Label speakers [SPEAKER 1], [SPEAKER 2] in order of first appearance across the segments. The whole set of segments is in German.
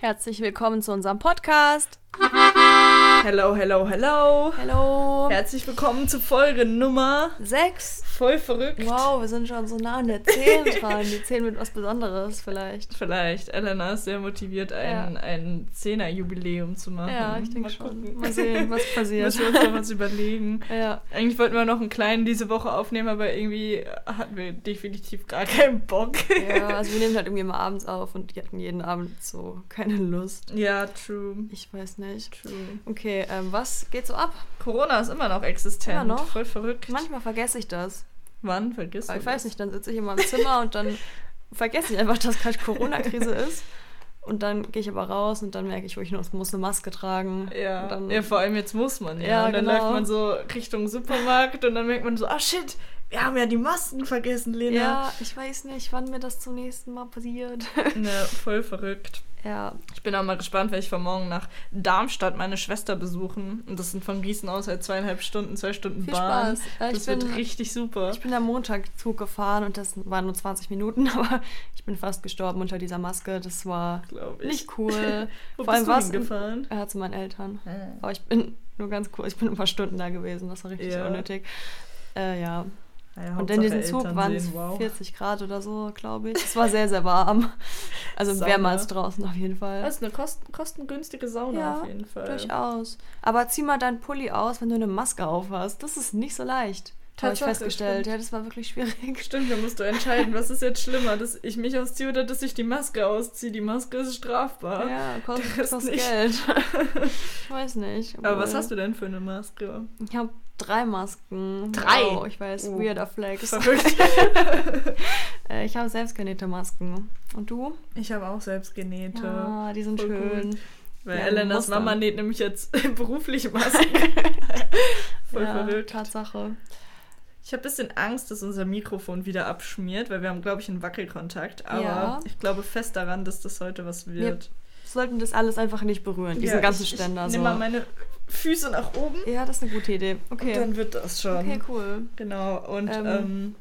[SPEAKER 1] Herzlich willkommen zu unserem Podcast.
[SPEAKER 2] Hello, hello, hello.
[SPEAKER 1] Hello.
[SPEAKER 2] Herzlich willkommen zu Folge Nummer.
[SPEAKER 1] Sechs.
[SPEAKER 2] Voll verrückt.
[SPEAKER 1] Wow, wir sind schon so nah an der 10 dran. Die 10 wird was Besonderes vielleicht.
[SPEAKER 2] Vielleicht. Elena ist sehr motiviert, ein,
[SPEAKER 1] Ja.
[SPEAKER 2] ein Zehner-Jubiläum zu machen.
[SPEAKER 1] Ja, ich denke
[SPEAKER 2] Mal
[SPEAKER 1] schon.
[SPEAKER 2] gucken.
[SPEAKER 1] Mal sehen, was passiert.
[SPEAKER 2] Müssen wir uns noch was überlegen.
[SPEAKER 1] ja.
[SPEAKER 2] Eigentlich wollten wir noch einen kleinen diese Woche aufnehmen, aber irgendwie hatten wir definitiv gar keinen Bock.
[SPEAKER 1] ja, also wir nehmen halt irgendwie immer abends auf und die hatten jeden Abend so keine Lust.
[SPEAKER 2] Ja, true.
[SPEAKER 1] Ich weiß nicht.
[SPEAKER 2] True.
[SPEAKER 1] Okay, ähm, was geht so ab?
[SPEAKER 2] Corona ist immer noch existent.
[SPEAKER 1] Immer noch?
[SPEAKER 2] Voll verrückt.
[SPEAKER 1] Manchmal vergesse ich das.
[SPEAKER 2] Wann vergisst
[SPEAKER 1] Aber
[SPEAKER 2] du
[SPEAKER 1] ich weiß
[SPEAKER 2] das?
[SPEAKER 1] nicht, dann sitze ich in meinem Zimmer und dann vergesse ich einfach, dass gerade Corona-Krise ist. Und dann gehe ich aber raus und dann merke ich, oh, ich muss muss eine Maske tragen.
[SPEAKER 2] Ja.
[SPEAKER 1] Und dann,
[SPEAKER 2] ja, vor allem jetzt muss man ja.
[SPEAKER 1] Ja,
[SPEAKER 2] und dann
[SPEAKER 1] genau.
[SPEAKER 2] läuft man so Richtung Supermarkt und dann merkt man so, ah shit, wir haben ja die Masken vergessen, Lena.
[SPEAKER 1] ja, ich weiß nicht, wann mir das zum nächsten Mal passiert.
[SPEAKER 2] Ne, voll verrückt.
[SPEAKER 1] ja,
[SPEAKER 2] Ich bin auch mal gespannt, weil ich von morgen nach Darmstadt meine Schwester besuchen. Und das sind von Gießen aus halt zweieinhalb Stunden, zwei Stunden
[SPEAKER 1] Viel
[SPEAKER 2] Bahn.
[SPEAKER 1] Spaß. Ja, ich
[SPEAKER 2] das wird
[SPEAKER 1] bin-
[SPEAKER 2] richtig super.
[SPEAKER 1] ich bin am Montag Zug gefahren und das waren nur 20 Minuten, aber ich bin fast gestorben unter dieser Maske. Das war
[SPEAKER 2] Glaub ich.
[SPEAKER 1] nicht cool.
[SPEAKER 2] Wo
[SPEAKER 1] Vor allem
[SPEAKER 2] bist du
[SPEAKER 1] war's-
[SPEAKER 2] hingefahren?
[SPEAKER 1] Er hat zu meinen Eltern.
[SPEAKER 2] Äh.
[SPEAKER 1] Aber ich bin nur ganz cool, ich bin ein paar Stunden da gewesen, das war richtig
[SPEAKER 2] Ja.
[SPEAKER 1] unnötig. Äh, ja,
[SPEAKER 2] Naja,
[SPEAKER 1] Und in
[SPEAKER 2] Hauptsache
[SPEAKER 1] diesem Zug
[SPEAKER 2] Eltern
[SPEAKER 1] waren es
[SPEAKER 2] sehen, wow.
[SPEAKER 1] 40 Grad oder so, glaube ich. Es war sehr, sehr warm. Also
[SPEAKER 2] Sauna.
[SPEAKER 1] mehrmals draußen auf jeden Fall.
[SPEAKER 2] Das ist eine kosten kostengünstige Sauna
[SPEAKER 1] Ja,
[SPEAKER 2] auf jeden Fall.
[SPEAKER 1] Durchaus. Aber zieh mal deinen Pulli aus, wenn du eine Maske auf hast. Das ist nicht so leicht. Habe ich
[SPEAKER 2] Tatsache,
[SPEAKER 1] festgestellt.
[SPEAKER 2] stimmt.
[SPEAKER 1] Ja, das war wirklich schwierig.
[SPEAKER 2] Stimmt, da musst du entscheiden, was ist jetzt schlimmer, dass ich mich ausziehe oder dass ich die Maske ausziehe. Die Maske ist strafbar.
[SPEAKER 1] Ja,
[SPEAKER 2] Der
[SPEAKER 1] kostet,
[SPEAKER 2] Rest
[SPEAKER 1] kostet
[SPEAKER 2] nicht.
[SPEAKER 1] Geld. ich weiß nicht.
[SPEAKER 2] Aber was hast du denn für eine Maske?
[SPEAKER 1] Ich habe drei Masken.
[SPEAKER 2] Drei?
[SPEAKER 1] Wow, ich weiß,
[SPEAKER 2] Oh.
[SPEAKER 1] weirder Flex.
[SPEAKER 2] Verrückt.
[SPEAKER 1] Äh, ich habe selbstgenähte Masken. Und du?
[SPEAKER 2] Ich habe auch selbst genähte.
[SPEAKER 1] Ja, die sind
[SPEAKER 2] Voll gut.
[SPEAKER 1] schön.
[SPEAKER 2] Weil
[SPEAKER 1] Ja,
[SPEAKER 2] Elenas
[SPEAKER 1] muss dann.
[SPEAKER 2] Mama näht nämlich jetzt berufliche Masken. Voll
[SPEAKER 1] ja,
[SPEAKER 2] verrückt.
[SPEAKER 1] Tatsache.
[SPEAKER 2] Ich habe ein bisschen Angst, dass unser Mikrofon wieder abschmiert, weil wir haben, glaube ich, einen Wackelkontakt. Aber
[SPEAKER 1] Ja.
[SPEAKER 2] ich glaube fest daran, dass das heute was wird.
[SPEAKER 1] sollten das alles einfach nicht berühren, diesen
[SPEAKER 2] Ja,
[SPEAKER 1] ganzen
[SPEAKER 2] ich,
[SPEAKER 1] Ständer.
[SPEAKER 2] Ich
[SPEAKER 1] so.
[SPEAKER 2] nehme mal meine Füße nach oben.
[SPEAKER 1] ja, das ist eine gute Idee.
[SPEAKER 2] Okay. Und
[SPEAKER 1] Okay.
[SPEAKER 2] dann wird das schon.
[SPEAKER 1] Okay, cool.
[SPEAKER 2] Genau. Und
[SPEAKER 1] Ähm,
[SPEAKER 2] ähm,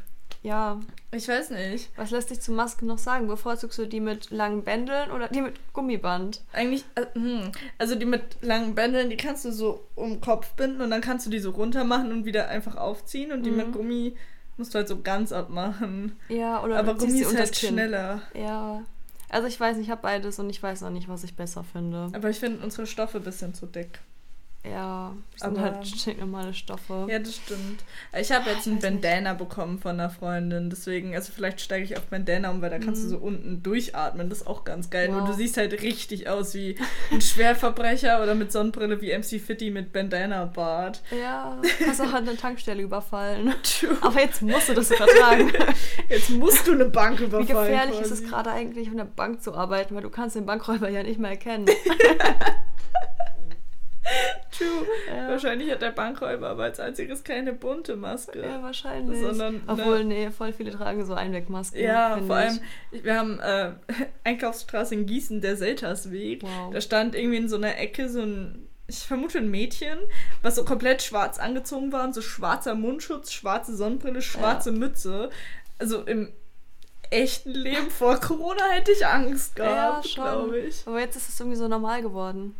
[SPEAKER 1] Ja.
[SPEAKER 2] ich weiß nicht.
[SPEAKER 1] Was lässt sich zu Masken noch sagen? Bevorzugst du die mit langen Bändeln oder die mit Gummiband?
[SPEAKER 2] Eigentlich, äh, hm, also die mit langen Bändeln, die kannst du so um den Kopf binden und dann kannst du die so runter machen und wieder einfach aufziehen. Und die
[SPEAKER 1] Mhm.
[SPEAKER 2] mit Gummi musst du halt so ganz abmachen.
[SPEAKER 1] Ja, oder
[SPEAKER 2] Aber
[SPEAKER 1] du ziehst
[SPEAKER 2] Gummi
[SPEAKER 1] sie
[SPEAKER 2] ist
[SPEAKER 1] unters
[SPEAKER 2] halt
[SPEAKER 1] Kinn.
[SPEAKER 2] schneller.
[SPEAKER 1] Ja. Also ich weiß, nicht, ich habe beides und ich weiß noch nicht, was ich besser finde.
[SPEAKER 2] Aber ich finde unsere Stoffe ein bisschen zu dick.
[SPEAKER 1] Ja, das sind
[SPEAKER 2] Aber-
[SPEAKER 1] halt stinknormale Stoffe.
[SPEAKER 2] Ja, das stimmt. Ich
[SPEAKER 1] Ah,
[SPEAKER 2] habe jetzt einen Bandana bekommen von einer Freundin. Deswegen, also vielleicht steige ich auf Bandana um, weil da kannst du so unten durchatmen. Das ist auch ganz geil. Nur
[SPEAKER 1] Mhm. Wow.
[SPEAKER 2] du siehst halt richtig aus wie ein Schwerverbrecher oder mit Sonnenbrille wie MC Fitty mit Bandana-Bart.
[SPEAKER 1] Ja, kannst auch an der Tankstelle überfallen.
[SPEAKER 2] True.
[SPEAKER 1] Aber jetzt musst du das übertragen.
[SPEAKER 2] Jetzt musst du eine Bank
[SPEAKER 1] Wie
[SPEAKER 2] überfallen.
[SPEAKER 1] gefährlich ist
[SPEAKER 2] quasi.
[SPEAKER 1] es gerade eigentlich, von der Bank zu arbeiten, weil du kannst den Bankräuber ja nicht mehr erkennen.
[SPEAKER 2] True.
[SPEAKER 1] Ja.
[SPEAKER 2] Wahrscheinlich hat der Bankräuber aber als einziges keine bunte Maske.
[SPEAKER 1] Ja, wahrscheinlich.
[SPEAKER 2] Sondern,
[SPEAKER 1] Obwohl,
[SPEAKER 2] ne-
[SPEAKER 1] nee, voll viele tragen so Einwegmasken.
[SPEAKER 2] Ja,
[SPEAKER 1] find
[SPEAKER 2] vor allem,
[SPEAKER 1] ich.
[SPEAKER 2] wir haben äh, Einkaufsstraße in Gießen, der Seltersweg.
[SPEAKER 1] Wow.
[SPEAKER 2] Da stand irgendwie in so einer Ecke so ein, ich vermute ein Mädchen, was so komplett schwarz angezogen war und so schwarzer Mundschutz, schwarze Sonnenbrille, schwarze Mütze. Also im echten Leben vor Corona hätte ich Angst
[SPEAKER 1] Ja,
[SPEAKER 2] gehabt,
[SPEAKER 1] schon.
[SPEAKER 2] glaube ich.
[SPEAKER 1] Aber jetzt ist es irgendwie so normal geworden.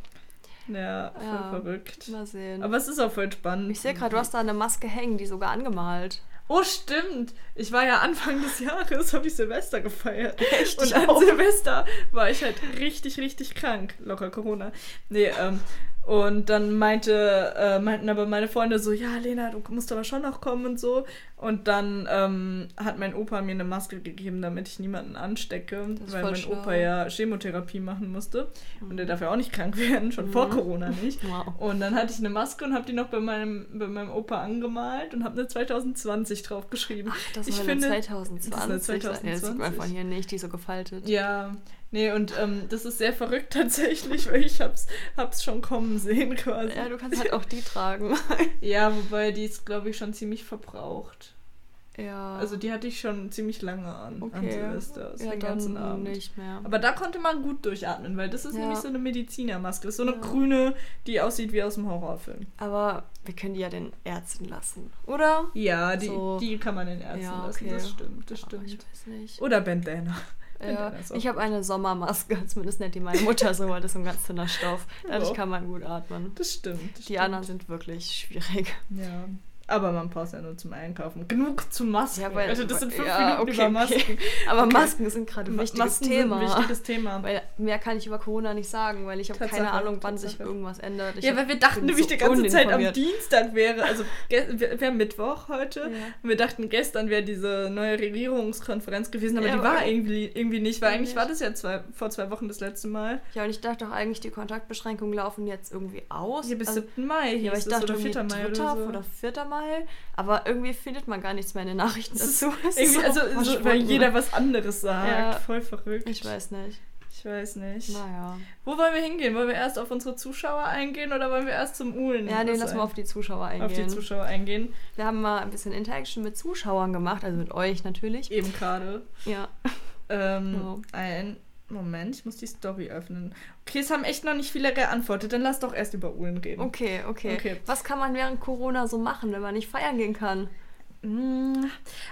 [SPEAKER 2] Ja, voll
[SPEAKER 1] Ja.
[SPEAKER 2] verrückt.
[SPEAKER 1] Mal sehen.
[SPEAKER 2] Aber es ist auch voll spannend.
[SPEAKER 1] ich sehe gerade, du hast da eine Maske hängen, die sogar angemalt.
[SPEAKER 2] Oh, stimmt. Ich war ja Anfang des Jahres, habe ich Silvester gefeiert.
[SPEAKER 1] Echt?
[SPEAKER 2] Und
[SPEAKER 1] Ich
[SPEAKER 2] an
[SPEAKER 1] auch.
[SPEAKER 2] Silvester war ich halt richtig, richtig krank. Locker Corona. Nee, ähm. Und dann meinte, äh, meinten aber meine Freunde so, ja, Lena, du musst aber schon noch kommen und so. Und dann ähm, hat mein Opa mir eine Maske gegeben, damit ich niemanden anstecke,
[SPEAKER 1] ist
[SPEAKER 2] weil
[SPEAKER 1] voll
[SPEAKER 2] mein
[SPEAKER 1] schlau.
[SPEAKER 2] Opa ja Chemotherapie machen musste. Und der darf ja auch nicht krank werden, schon vor Corona nicht.
[SPEAKER 1] Mhm. Wow.
[SPEAKER 2] Und dann hatte ich eine Maske und habe die noch bei meinem, bei meinem Opa angemalt und habe eine 2020 draufgeschrieben.
[SPEAKER 1] Das
[SPEAKER 2] ich
[SPEAKER 1] war
[SPEAKER 2] finde,
[SPEAKER 1] eine 2020.
[SPEAKER 2] das ist eine
[SPEAKER 1] Ja, das sieht man
[SPEAKER 2] 2020.
[SPEAKER 1] von hier nicht, die ist so gefaltet.
[SPEAKER 2] Ja, nee, und ähm, das ist sehr verrückt tatsächlich, weil ich hab's, hab's schon kommen sehen quasi.
[SPEAKER 1] Ja, du kannst halt auch die tragen.
[SPEAKER 2] Ja, wobei die ist, glaube ich, schon ziemlich verbraucht.
[SPEAKER 1] ja.
[SPEAKER 2] Also die hatte ich schon ziemlich lange an, an
[SPEAKER 1] okay.
[SPEAKER 2] Silvester, also
[SPEAKER 1] ja,
[SPEAKER 2] den ganzen
[SPEAKER 1] dann
[SPEAKER 2] Abend.
[SPEAKER 1] nicht mehr.
[SPEAKER 2] Aber da konnte man gut durchatmen, weil das ist
[SPEAKER 1] Ja.
[SPEAKER 2] nämlich so eine Medizinermaske. Das ist so eine
[SPEAKER 1] Ja.
[SPEAKER 2] grüne, die aussieht wie aus einem Horrorfilm.
[SPEAKER 1] Aber wir können die ja den Ärzten lassen, oder?
[SPEAKER 2] Ja, die,
[SPEAKER 1] So.
[SPEAKER 2] die kann man den Ärzten
[SPEAKER 1] Ja,
[SPEAKER 2] lassen,
[SPEAKER 1] okay.
[SPEAKER 2] das stimmt, das
[SPEAKER 1] Aber
[SPEAKER 2] stimmt.
[SPEAKER 1] Ich weiß nicht.
[SPEAKER 2] Oder Bandana.
[SPEAKER 1] Ja,
[SPEAKER 2] Internet, so.
[SPEAKER 1] ich habe eine Sommermaske, zumindest nicht die meine Mutter so, weil das so ein ganz dünner Stoff. Dadurch
[SPEAKER 2] Ja.
[SPEAKER 1] kann man gut atmen.
[SPEAKER 2] Das stimmt. Das
[SPEAKER 1] Die
[SPEAKER 2] stimmt.
[SPEAKER 1] anderen sind wirklich schwierig.
[SPEAKER 2] Ja. Aber man braucht ja nur zum Einkaufen. Genug zu Masken.
[SPEAKER 1] Ja, weil-
[SPEAKER 2] also das sind fünf
[SPEAKER 1] halt ja,
[SPEAKER 2] Minuten
[SPEAKER 1] okay,
[SPEAKER 2] über Masken.
[SPEAKER 1] okay. Aber Masken sind gerade ein
[SPEAKER 2] Ma-
[SPEAKER 1] wichtiges
[SPEAKER 2] Masken sind
[SPEAKER 1] Thema.
[SPEAKER 2] ein wichtiges Thema.
[SPEAKER 1] Weil mehr kann ich über Corona nicht sagen, weil ich habe keine
[SPEAKER 2] Tatsache,
[SPEAKER 1] Ahnung, wann sich
[SPEAKER 2] Tatsache.
[SPEAKER 1] irgendwas ändert. Ich
[SPEAKER 2] ja, weil wir dachten
[SPEAKER 1] bin
[SPEAKER 2] nämlich
[SPEAKER 1] so
[SPEAKER 2] die ganze Zeit am
[SPEAKER 1] uninformiert.
[SPEAKER 2] Dienstag wäre, also ge- wir, wir haben Mittwoch heute
[SPEAKER 1] Ja.
[SPEAKER 2] und wir dachten gestern wäre diese neue Regierungskonferenz gewesen, aber
[SPEAKER 1] Ja,
[SPEAKER 2] die
[SPEAKER 1] aber
[SPEAKER 2] war irgendwie, irgendwie nicht, weil
[SPEAKER 1] Ja,
[SPEAKER 2] eigentlich
[SPEAKER 1] nicht.
[SPEAKER 2] war das ja zwei, vor zwei Wochen das letzte Mal.
[SPEAKER 1] Ja, und ich dachte doch eigentlich, die Kontaktbeschränkungen laufen jetzt irgendwie aus.
[SPEAKER 2] Hier bis
[SPEAKER 1] Also-
[SPEAKER 2] 7. Mai
[SPEAKER 1] ja,
[SPEAKER 2] hieß
[SPEAKER 1] aber ich
[SPEAKER 2] es,
[SPEAKER 1] dachte
[SPEAKER 2] oder 4.
[SPEAKER 1] irgendwie
[SPEAKER 2] Mai
[SPEAKER 1] dritter
[SPEAKER 2] oder so.
[SPEAKER 1] oder vierter Mai. Aber irgendwie findet man gar nichts mehr in den Nachrichten
[SPEAKER 2] Es ist
[SPEAKER 1] dazu. Es ist
[SPEAKER 2] irgendwie,
[SPEAKER 1] so
[SPEAKER 2] also so, weil
[SPEAKER 1] verschwunden.
[SPEAKER 2] jeder was anderes sagt.
[SPEAKER 1] Ja.
[SPEAKER 2] Voll verrückt.
[SPEAKER 1] Ich weiß nicht.
[SPEAKER 2] Ich weiß nicht.
[SPEAKER 1] Naja.
[SPEAKER 2] Wo wollen wir hingehen? Wollen wir erst auf unsere Zuschauer eingehen oder wollen wir erst zum Uhlen?
[SPEAKER 1] Ja, nee,
[SPEAKER 2] was
[SPEAKER 1] lass mal
[SPEAKER 2] ein-
[SPEAKER 1] auf die Zuschauer eingehen.
[SPEAKER 2] auf die Zuschauer eingehen.
[SPEAKER 1] Wir haben mal ein bisschen Interaction mit Zuschauern gemacht, also mit euch natürlich.
[SPEAKER 2] Eben gerade.
[SPEAKER 1] Ja.
[SPEAKER 2] Ähm,
[SPEAKER 1] Wow.
[SPEAKER 2] Ein Moment, ich muss die Story öffnen. Okay, es haben echt noch nicht viele geantwortet. Dann lass doch erst über Uhlen reden.
[SPEAKER 1] Okay, okay,
[SPEAKER 2] Okay.
[SPEAKER 1] Was kann man während Corona so machen, wenn man nicht feiern gehen kann?
[SPEAKER 2] Mm,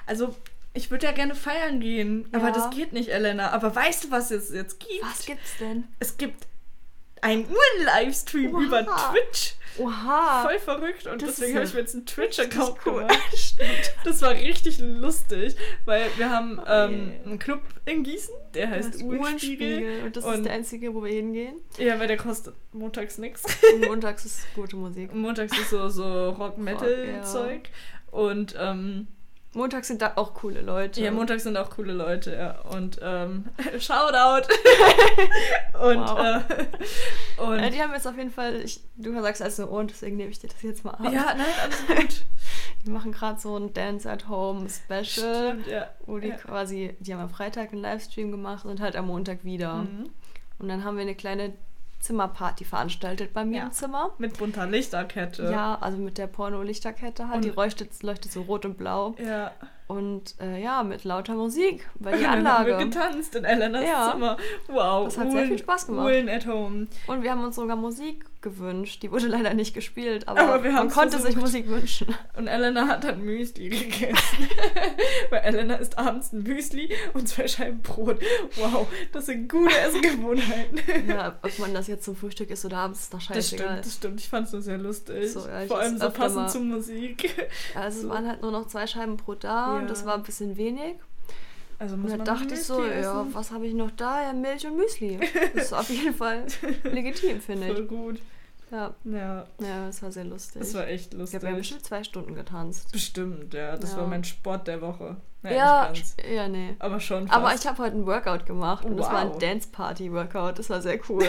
[SPEAKER 2] Also, ich würde ja gerne feiern gehen,
[SPEAKER 1] Ja.
[SPEAKER 2] aber das geht nicht, Elena. Aber weißt du, was es jetzt gibt?
[SPEAKER 1] Was gibt's denn?
[SPEAKER 2] Es gibt einen Uhlen-Livestream
[SPEAKER 1] Oha.
[SPEAKER 2] über Twitch.
[SPEAKER 1] Oha.
[SPEAKER 2] Voll verrückt. Und
[SPEAKER 1] Das ist
[SPEAKER 2] deswegen habe
[SPEAKER 1] ja
[SPEAKER 2] ich mir jetzt einen Twitch-Account
[SPEAKER 1] richtig cool.
[SPEAKER 2] gemacht. Das war richtig lustig, weil wir haben
[SPEAKER 1] Oh
[SPEAKER 2] ähm,
[SPEAKER 1] je.
[SPEAKER 2] einen Club in Gießen, der heißt Uhlenspiegel.
[SPEAKER 1] Und das
[SPEAKER 2] Und-
[SPEAKER 1] ist der einzige, wo wir hingehen.
[SPEAKER 2] Ja, weil der kostet montags nichts.
[SPEAKER 1] Und montags ist gute Musik.
[SPEAKER 2] Montags ist so, so Rock-Metal-Zeug. Und ähm,
[SPEAKER 1] Montags sind da auch coole Leute.
[SPEAKER 2] ja, montags sind auch coole Leute, ja. Und ähm, Shoutout! und
[SPEAKER 1] Wow.
[SPEAKER 2] äh, und
[SPEAKER 1] Ja, die haben jetzt auf jeden Fall, ich, du sagst also und deswegen nehme ich dir das jetzt mal ab.
[SPEAKER 2] ja, nein, alles gut.
[SPEAKER 1] Die machen gerade so ein Dance at Home Special,
[SPEAKER 2] Stimmt, ja.
[SPEAKER 1] wo Oh, die
[SPEAKER 2] Ja.
[SPEAKER 1] quasi, die haben am Freitag einen Livestream gemacht und halt am Montag wieder.
[SPEAKER 2] Mhm.
[SPEAKER 1] Und dann haben wir eine kleine Zimmerparty veranstaltet bei mir
[SPEAKER 2] Ja.
[SPEAKER 1] im Zimmer.
[SPEAKER 2] Mit bunter Lichterkette.
[SPEAKER 1] Ja, also mit der Porno-Lichterkette halt.
[SPEAKER 2] Und-
[SPEAKER 1] die leuchtet, leuchtet so rot und blau.
[SPEAKER 2] Ja.
[SPEAKER 1] Und äh, ja, mit lauter Musik, weil die
[SPEAKER 2] Und dann haben wir
[SPEAKER 1] Anlage.
[SPEAKER 2] getanzt in Elenas
[SPEAKER 1] Ja.
[SPEAKER 2] Zimmer. Wow.
[SPEAKER 1] Das hat sehr viel Spaß gemacht.
[SPEAKER 2] Uhlen at home.
[SPEAKER 1] Und wir haben uns sogar Musik gewünscht. Die wurde leider nicht gespielt, aber,
[SPEAKER 2] Aber wir
[SPEAKER 1] man
[SPEAKER 2] haben's
[SPEAKER 1] konnte sich
[SPEAKER 2] versucht.
[SPEAKER 1] Musik wünschen.
[SPEAKER 2] Und Elena hat dann Müsli gegessen. Weil Elena isst abends ein Müsli und zwei Scheiben Brot. Wow, das sind gute Essgewohnheiten.
[SPEAKER 1] Ja, ob man das jetzt zum Frühstück ist oder abends, ist doch
[SPEAKER 2] Das
[SPEAKER 1] scheißegal.
[SPEAKER 2] stimmt, das stimmt. Ich fand es nur sehr lustig.
[SPEAKER 1] So, ja, ich
[SPEAKER 2] Vor allem
[SPEAKER 1] ess
[SPEAKER 2] so
[SPEAKER 1] öfter
[SPEAKER 2] passend
[SPEAKER 1] mal-
[SPEAKER 2] zur Musik.
[SPEAKER 1] Also
[SPEAKER 2] So.
[SPEAKER 1] es waren halt nur noch zwei Scheiben pro da
[SPEAKER 2] Ja.
[SPEAKER 1] und das war ein bisschen wenig.
[SPEAKER 2] Also
[SPEAKER 1] Und
[SPEAKER 2] muss
[SPEAKER 1] da
[SPEAKER 2] man
[SPEAKER 1] dachte ich so,
[SPEAKER 2] Müsli
[SPEAKER 1] ja,
[SPEAKER 2] essen.
[SPEAKER 1] was habe ich noch da? Ja, Milch und Müsli. Das ist auf jeden Fall legitim, finde
[SPEAKER 2] Voll
[SPEAKER 1] ich.
[SPEAKER 2] gut.
[SPEAKER 1] Ja,
[SPEAKER 2] Ja,
[SPEAKER 1] ja, das war sehr lustig.
[SPEAKER 2] das war echt
[SPEAKER 1] ja, wir haben
[SPEAKER 2] lustig.
[SPEAKER 1] bestimmt zwei Stunden getanzt.
[SPEAKER 2] Bestimmt, ja. Das
[SPEAKER 1] Ja.
[SPEAKER 2] war mein Sport der Woche. Naja,
[SPEAKER 1] Ja,
[SPEAKER 2] nicht ganz.
[SPEAKER 1] ja, nee.
[SPEAKER 2] Aber schon fast.
[SPEAKER 1] Aber ich habe heute ein Workout gemacht und das war ein
[SPEAKER 2] Wow.
[SPEAKER 1] Dance-Party-Workout. Das war sehr cool.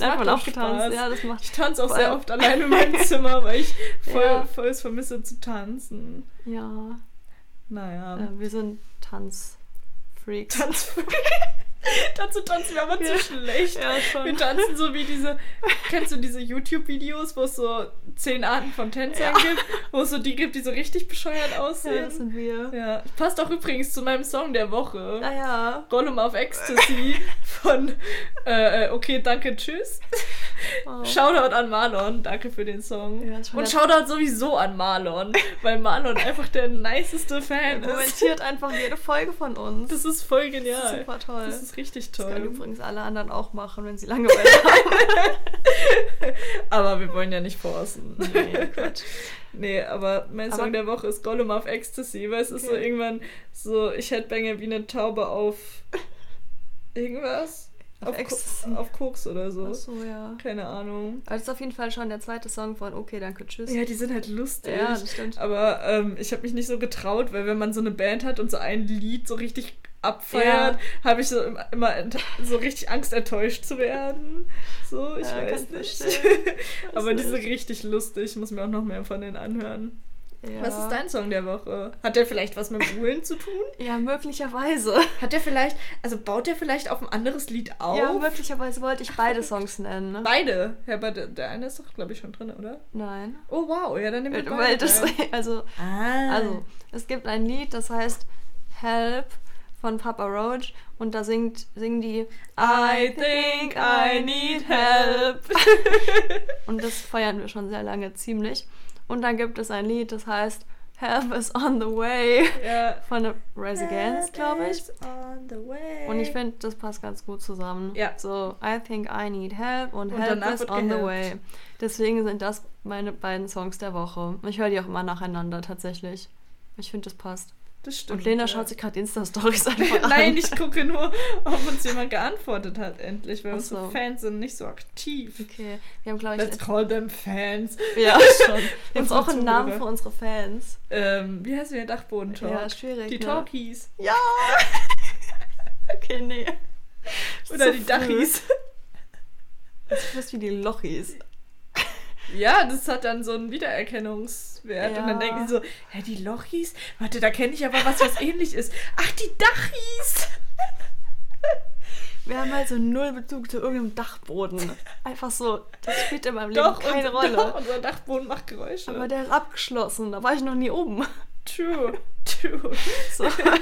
[SPEAKER 1] da hat man
[SPEAKER 2] macht doch
[SPEAKER 1] auch getanzt.
[SPEAKER 2] Spaß.
[SPEAKER 1] Ja, das macht
[SPEAKER 2] Ich tanze auch
[SPEAKER 1] Voll.
[SPEAKER 2] sehr oft alleine in meinem Zimmer, weil ich voll,
[SPEAKER 1] Ja.
[SPEAKER 2] voll es vermisse zu tanzen.
[SPEAKER 1] Ja,
[SPEAKER 2] Naja.
[SPEAKER 1] äh, wir sind Tanzfreaks.
[SPEAKER 2] Tanz Dazu tanzen wir aber
[SPEAKER 1] Ja.
[SPEAKER 2] zu schlecht.
[SPEAKER 1] Ja, schon.
[SPEAKER 2] Wir tanzen so wie diese, kennst du diese YouTube-Videos, wo es so zehn Arten von Tänzern gibt, wo es so die gibt, die so richtig bescheuert
[SPEAKER 1] ja, das
[SPEAKER 2] aussehen.
[SPEAKER 1] sind wir.
[SPEAKER 2] Ja, passt auch übrigens zu meinem Song der Woche.
[SPEAKER 1] Ah ja.
[SPEAKER 2] Gollum auf Ecstasy von äh, äh, Okay, danke, tschüss.
[SPEAKER 1] Wow.
[SPEAKER 2] Shoutout an Marlon, danke für den Song.
[SPEAKER 1] Genau. Ja, ist schon
[SPEAKER 2] Und
[SPEAKER 1] der-
[SPEAKER 2] Shoutout sowieso an Marlon, weil Marlon einfach der niceste
[SPEAKER 1] Er
[SPEAKER 2] Fan ist.
[SPEAKER 1] kommentiert einfach jede Folge von uns.
[SPEAKER 2] Das ist voll
[SPEAKER 1] Das ist
[SPEAKER 2] genial.
[SPEAKER 1] super toll.
[SPEAKER 2] Das ist richtig
[SPEAKER 1] Das können
[SPEAKER 2] toll.
[SPEAKER 1] übrigens alle anderen auch machen, wenn sie Langeweile haben.
[SPEAKER 2] Aber wir wollen ja nicht forcen.
[SPEAKER 1] Nee, Quatsch.
[SPEAKER 2] Nee, aber mein
[SPEAKER 1] Aber-
[SPEAKER 2] Song der Woche ist Gollum auf Ecstasy, weil es ist so
[SPEAKER 1] Okay.
[SPEAKER 2] irgendwann so, ich headbange wie eine Taube auf irgendwas?
[SPEAKER 1] Auf
[SPEAKER 2] Ko-
[SPEAKER 1] Ecstasy.
[SPEAKER 2] auf Koks oder so.
[SPEAKER 1] Achso, ja.
[SPEAKER 2] Keine Ahnung.
[SPEAKER 1] Aber das ist auf jeden Fall schon der zweite Song von Okay, danke, tschüss.
[SPEAKER 2] Ja, die sind halt lustig.
[SPEAKER 1] Ja, das stimmt.
[SPEAKER 2] Aber ähm, ich habe mich nicht so getraut, weil wenn man so eine Band hat und so ein Lied so richtig abfeiert, habe ich so im- immer ent- so richtig Angst, enttäuscht zu werden. So, ich
[SPEAKER 1] Ja, Äh, kann
[SPEAKER 2] weiß
[SPEAKER 1] ich
[SPEAKER 2] nicht.
[SPEAKER 1] verstehen.
[SPEAKER 2] Aber die
[SPEAKER 1] nicht.
[SPEAKER 2] sind richtig lustig. Ich muss mir auch noch mehr von denen anhören.
[SPEAKER 1] Ja.
[SPEAKER 2] Was ist dein Song der Woche? Hat der vielleicht was mit Buhlen zu tun?
[SPEAKER 1] Ja, möglicherweise.
[SPEAKER 2] Hat der vielleicht, also baut der vielleicht auf ein anderes Lied auf?
[SPEAKER 1] Ja, möglicherweise wollte ich beide Songs nennen. Ne?
[SPEAKER 2] beide. Ja, aber der, der eine ist doch, glaube ich, schon drin, oder?
[SPEAKER 1] Nein.
[SPEAKER 2] Oh, wow. Ja, dann nehmen wir
[SPEAKER 1] Weil,
[SPEAKER 2] beide.
[SPEAKER 1] weil das,
[SPEAKER 2] rein.
[SPEAKER 1] also,
[SPEAKER 2] ah.
[SPEAKER 1] also, es gibt ein Lied, das heißt Help von Papa Roach und da singt, singen die
[SPEAKER 2] I think I need help.
[SPEAKER 1] Und das feiern wir schon sehr lange ziemlich. Und dann gibt es ein Lied, das heißt Help is on the way
[SPEAKER 2] Ja.
[SPEAKER 1] von Rise Against, glaube ich. Und ich finde, das passt ganz gut zusammen.
[SPEAKER 2] Ja.
[SPEAKER 1] So, I think I need help und,
[SPEAKER 2] Und
[SPEAKER 1] help
[SPEAKER 2] danach
[SPEAKER 1] is
[SPEAKER 2] wird
[SPEAKER 1] on the
[SPEAKER 2] gehelpt.
[SPEAKER 1] way. Deswegen sind das meine beiden Songs der Woche. Ich höre die auch immer nacheinander tatsächlich. Ich finde, das passt.
[SPEAKER 2] das stimmt,
[SPEAKER 1] und äh, Lena
[SPEAKER 2] ja.
[SPEAKER 1] schaut sich gerade Insta-Stories einfach an.
[SPEAKER 2] Nein, ich gucke nur, ob uns jemand geantwortet hat endlich, weil
[SPEAKER 1] Ach
[SPEAKER 2] unsere
[SPEAKER 1] so.
[SPEAKER 2] Fans sind nicht so aktiv.
[SPEAKER 1] Okay, wir haben, glaube ich,
[SPEAKER 2] Let's call them Fans.
[SPEAKER 1] ja, schon. Wir haben
[SPEAKER 2] Unsere
[SPEAKER 1] auch einen Namen
[SPEAKER 2] Zuhörer.
[SPEAKER 1] für unsere Fans.
[SPEAKER 2] Ähm, wie heißt der Dachboden-Talk?
[SPEAKER 1] Ja, schwierig,
[SPEAKER 2] Die
[SPEAKER 1] ne?
[SPEAKER 2] Talkies.
[SPEAKER 1] Ja! okay, nee. Ist
[SPEAKER 2] Oder
[SPEAKER 1] zu
[SPEAKER 2] die
[SPEAKER 1] früh.
[SPEAKER 2] Dachis.
[SPEAKER 1] Das ist fast wie die Lochis.
[SPEAKER 2] Ja, das hat dann so einen Wiedererkennungswert. Und
[SPEAKER 1] Ja.
[SPEAKER 2] dann denken die so, hä, die Lochis? Warte, da kenne ich aber was, was ähnlich ist. Ach, die Dachis!
[SPEAKER 1] Wir haben halt so null Bezug zu irgendeinem Dachboden. Einfach so, das spielt in meinem Leben
[SPEAKER 2] Doch,
[SPEAKER 1] keine
[SPEAKER 2] und,
[SPEAKER 1] Rolle.
[SPEAKER 2] doch, unser Dachboden macht Geräusche.
[SPEAKER 1] Aber der ist abgeschlossen, da war ich noch nie oben.
[SPEAKER 2] true, true.
[SPEAKER 1] So.
[SPEAKER 2] aber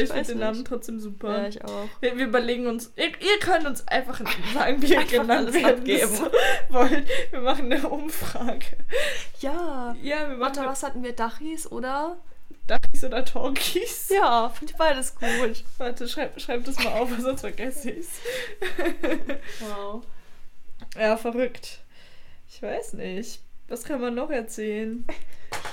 [SPEAKER 2] ich,
[SPEAKER 1] Ich weiß
[SPEAKER 2] finde den Namen
[SPEAKER 1] nicht.
[SPEAKER 2] trotzdem super.
[SPEAKER 1] ja, ich auch.
[SPEAKER 2] Wir, wir überlegen uns, ihr, ihr könnt uns einfach sagen, wie ihr
[SPEAKER 1] Einfach
[SPEAKER 2] genannt
[SPEAKER 1] alles
[SPEAKER 2] werden
[SPEAKER 1] abgeben.
[SPEAKER 2] wollt. Wir machen eine Umfrage.
[SPEAKER 1] Ja.
[SPEAKER 2] Ja, wir machen
[SPEAKER 1] Warte,
[SPEAKER 2] eine
[SPEAKER 1] was hatten wir? Dachis oder?
[SPEAKER 2] Dachis oder Talkies.
[SPEAKER 1] Ja, finde ich beides gut.
[SPEAKER 2] Warte, schreib, schreib das mal auf, weil sonst vergesse ich's.
[SPEAKER 1] Wow.
[SPEAKER 2] Ja, verrückt. Ich weiß nicht. Was kann man noch erzählen?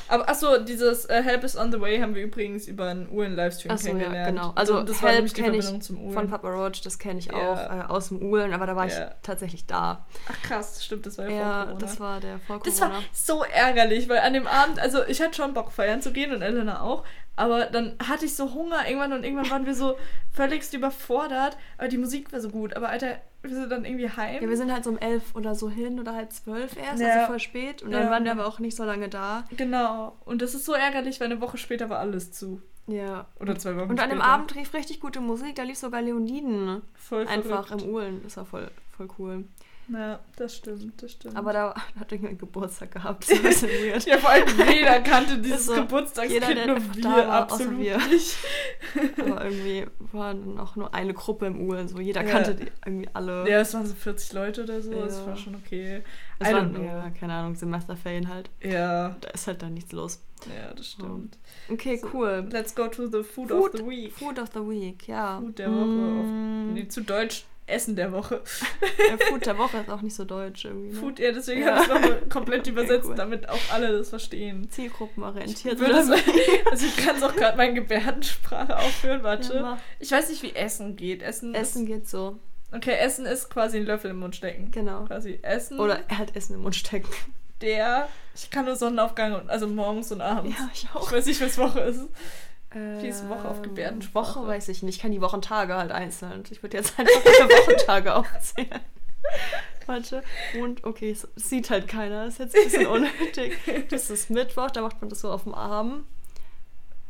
[SPEAKER 2] Aber achso, dieses äh, Help is on the way haben wir übrigens über einen Uhren-Livestream
[SPEAKER 1] Ach so, ja,
[SPEAKER 2] kennengelernt.
[SPEAKER 1] genau. Also
[SPEAKER 2] das war
[SPEAKER 1] Help
[SPEAKER 2] nämlich die
[SPEAKER 1] kenn ich
[SPEAKER 2] Verbindung zum Uhren.
[SPEAKER 1] Von Papa Roach, das kenne ich
[SPEAKER 2] Ja.
[SPEAKER 1] auch äh, aus dem Uhlen, aber da war ich
[SPEAKER 2] Ja.
[SPEAKER 1] tatsächlich da.
[SPEAKER 2] Ach krass, stimmt, das war ja, vor
[SPEAKER 1] Ja,
[SPEAKER 2] Corona.
[SPEAKER 1] das war der vor
[SPEAKER 2] Das
[SPEAKER 1] Corona.
[SPEAKER 2] war so ärgerlich, weil an dem Abend, also ich hatte schon Bock feiern zu gehen und Elena auch, aber dann hatte ich so Hunger irgendwann und irgendwann waren wir so völligst überfordert, aber die Musik war so gut, aber Alter, wir sind dann irgendwie heim.
[SPEAKER 1] ja, wir sind halt so um elf oder so hin oder halb zwölf erst,
[SPEAKER 2] Ja.
[SPEAKER 1] also voll spät. Und dann
[SPEAKER 2] Ja.
[SPEAKER 1] waren wir aber auch nicht so lange da.
[SPEAKER 2] genau, und das ist so ärgerlich, weil eine Woche später war alles zu.
[SPEAKER 1] Ja.
[SPEAKER 2] Oder zwei Wochen
[SPEAKER 1] Und an dem
[SPEAKER 2] später.
[SPEAKER 1] Abend rief richtig gute Musik, da lief sogar Leoniden.
[SPEAKER 2] Voll
[SPEAKER 1] Einfach
[SPEAKER 2] verrückt.
[SPEAKER 1] im Uhlen. Das war voll, voll cool.
[SPEAKER 2] Ja, das stimmt, das stimmt.
[SPEAKER 1] Aber da, da hat irgendjemand Geburtstag gehabt. Das war ein bisschen weird.
[SPEAKER 2] ja, vor allem jeder kannte dieses
[SPEAKER 1] so,
[SPEAKER 2] Geburtstagskind,
[SPEAKER 1] jeder, der
[SPEAKER 2] nur
[SPEAKER 1] einfach
[SPEAKER 2] wir,
[SPEAKER 1] da war, außer
[SPEAKER 2] absolut
[SPEAKER 1] wir.
[SPEAKER 2] nicht.
[SPEAKER 1] Aber irgendwie war dann auch nur eine Gruppe im Uhlen. So jeder
[SPEAKER 2] Ja.
[SPEAKER 1] kannte die irgendwie alle.
[SPEAKER 2] Ja, es waren so 40 Leute oder so, das
[SPEAKER 1] Ja.
[SPEAKER 2] war schon okay.
[SPEAKER 1] das
[SPEAKER 2] I
[SPEAKER 1] waren,
[SPEAKER 2] don't know.
[SPEAKER 1] ja, keine Ahnung, Semesterferien halt.
[SPEAKER 2] ja.
[SPEAKER 1] Da ist halt dann nichts los.
[SPEAKER 2] Ja, das stimmt.
[SPEAKER 1] Okay,
[SPEAKER 2] So,
[SPEAKER 1] cool.
[SPEAKER 2] Let's go to the food,
[SPEAKER 1] Food.
[SPEAKER 2] of the week.
[SPEAKER 1] Food of the Week, ja.
[SPEAKER 2] Food der Woche.
[SPEAKER 1] Mm,
[SPEAKER 2] Nee, zu Deutsch Essen der Woche.
[SPEAKER 1] ja, Food der Woche ist auch nicht so deutsch irgendwie. Ne?
[SPEAKER 2] Food, ja, deswegen
[SPEAKER 1] Ja.
[SPEAKER 2] habe ich es nochmal komplett übersetzt,
[SPEAKER 1] cool.
[SPEAKER 2] damit auch alle das verstehen.
[SPEAKER 1] Zielgruppenorientiert.
[SPEAKER 2] Würde es-
[SPEAKER 1] oder
[SPEAKER 2] also ich kann es auch gerade meine Gebärdensprache aufhören,
[SPEAKER 1] so.
[SPEAKER 2] warte.
[SPEAKER 1] Ja, mach.
[SPEAKER 2] ich weiß nicht, wie Essen geht. Essen,
[SPEAKER 1] Essen geht so,
[SPEAKER 2] Ist, okay, Essen ist quasi ein Löffel im Mund stecken.
[SPEAKER 1] genau.
[SPEAKER 2] Quasi Essen,
[SPEAKER 1] Oder halt Essen im Mund stecken.
[SPEAKER 2] der, ich kann nur Sonnenaufgang, und, also morgens und abends.
[SPEAKER 1] Ja, ich
[SPEAKER 2] Ich
[SPEAKER 1] auch.
[SPEAKER 2] weiß nicht, was Woche ist.
[SPEAKER 1] Die
[SPEAKER 2] ist Woche auf Gebärdensprache?
[SPEAKER 1] Ähm, Woche weiß ich nicht. Ich kann die Wochentage halt einzeln. Ich würde jetzt einfach alle Wochentage aufzählen. Warte. Und okay, es es sieht halt keiner. Ist jetzt ein bisschen unnötig. Das ist Mittwoch, da macht man das so auf dem Arm.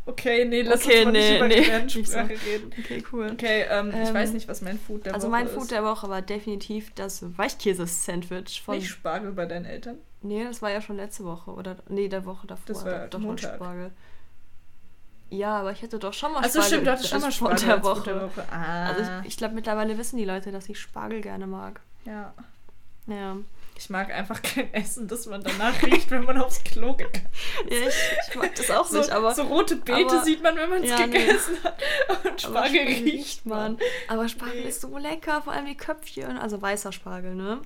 [SPEAKER 2] Okay, nee, lass
[SPEAKER 1] Okay,
[SPEAKER 2] uns mal
[SPEAKER 1] nee,
[SPEAKER 2] nicht über
[SPEAKER 1] nee,
[SPEAKER 2] Gebärdensprache reden.
[SPEAKER 1] Okay, cool.
[SPEAKER 2] Okay, ähm, ich
[SPEAKER 1] Ähm,
[SPEAKER 2] weiß nicht, was mein Food der
[SPEAKER 1] Also
[SPEAKER 2] Woche
[SPEAKER 1] mein
[SPEAKER 2] ist.
[SPEAKER 1] Food der Woche war definitiv das Weichkäse-Sandwich von.
[SPEAKER 2] Nicht Spargel bei deinen Eltern.
[SPEAKER 1] Nee, das war ja schon letzte Woche oder nee, der Woche davor.
[SPEAKER 2] Das war
[SPEAKER 1] doch schon
[SPEAKER 2] Montag.
[SPEAKER 1] Spargel. Ja, aber ich hatte doch schon mal
[SPEAKER 2] Also
[SPEAKER 1] Spargel.
[SPEAKER 2] stimmt, du hattest schon mal
[SPEAKER 1] als
[SPEAKER 2] Spargel
[SPEAKER 1] Food der
[SPEAKER 2] als Food
[SPEAKER 1] Woche.
[SPEAKER 2] der Woche. Ah.
[SPEAKER 1] Also ich, ich glaube mittlerweile wissen die Leute, dass ich Spargel gerne mag.
[SPEAKER 2] ja.
[SPEAKER 1] Ja.
[SPEAKER 2] Ich mag einfach kein Essen, das man danach riecht, wenn man aufs Klo gegangen
[SPEAKER 1] Ja, ich, ich mag das auch
[SPEAKER 2] ist. So,
[SPEAKER 1] nicht, aber.
[SPEAKER 2] so rote Beete
[SPEAKER 1] aber-
[SPEAKER 2] sieht man, wenn man es
[SPEAKER 1] ja, nee.
[SPEAKER 2] gegessen hat. Und
[SPEAKER 1] aber
[SPEAKER 2] Spargel riecht man.
[SPEAKER 1] Aber Spargel
[SPEAKER 2] Nee.
[SPEAKER 1] ist so lecker, vor allem die Köpfchen. Also weißer Spargel, ne?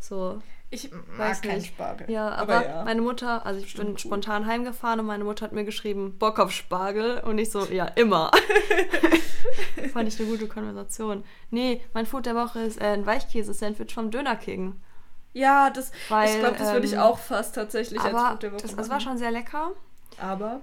[SPEAKER 1] So.
[SPEAKER 2] Ich mag
[SPEAKER 1] Weiß
[SPEAKER 2] keinen
[SPEAKER 1] nicht.
[SPEAKER 2] Spargel.
[SPEAKER 1] Ja, aber, meine Mutter, also ich
[SPEAKER 2] Bestimmt
[SPEAKER 1] bin
[SPEAKER 2] gut.
[SPEAKER 1] spontan heimgefahren und meine Mutter hat mir geschrieben, Bock auf Spargel. Und ich so, ja, immer. Fand ich eine gute Konversation. Nee, mein Food der Woche ist äh, ein Weichkäse-Sandwich vom Döner King.
[SPEAKER 2] ja, das, ich
[SPEAKER 1] Weil,
[SPEAKER 2] glaube, das würde ich
[SPEAKER 1] ähm,
[SPEAKER 2] auch fast tatsächlich als
[SPEAKER 1] aber
[SPEAKER 2] Food der Woche
[SPEAKER 1] das, das
[SPEAKER 2] machen.
[SPEAKER 1] war schon sehr lecker.
[SPEAKER 2] aber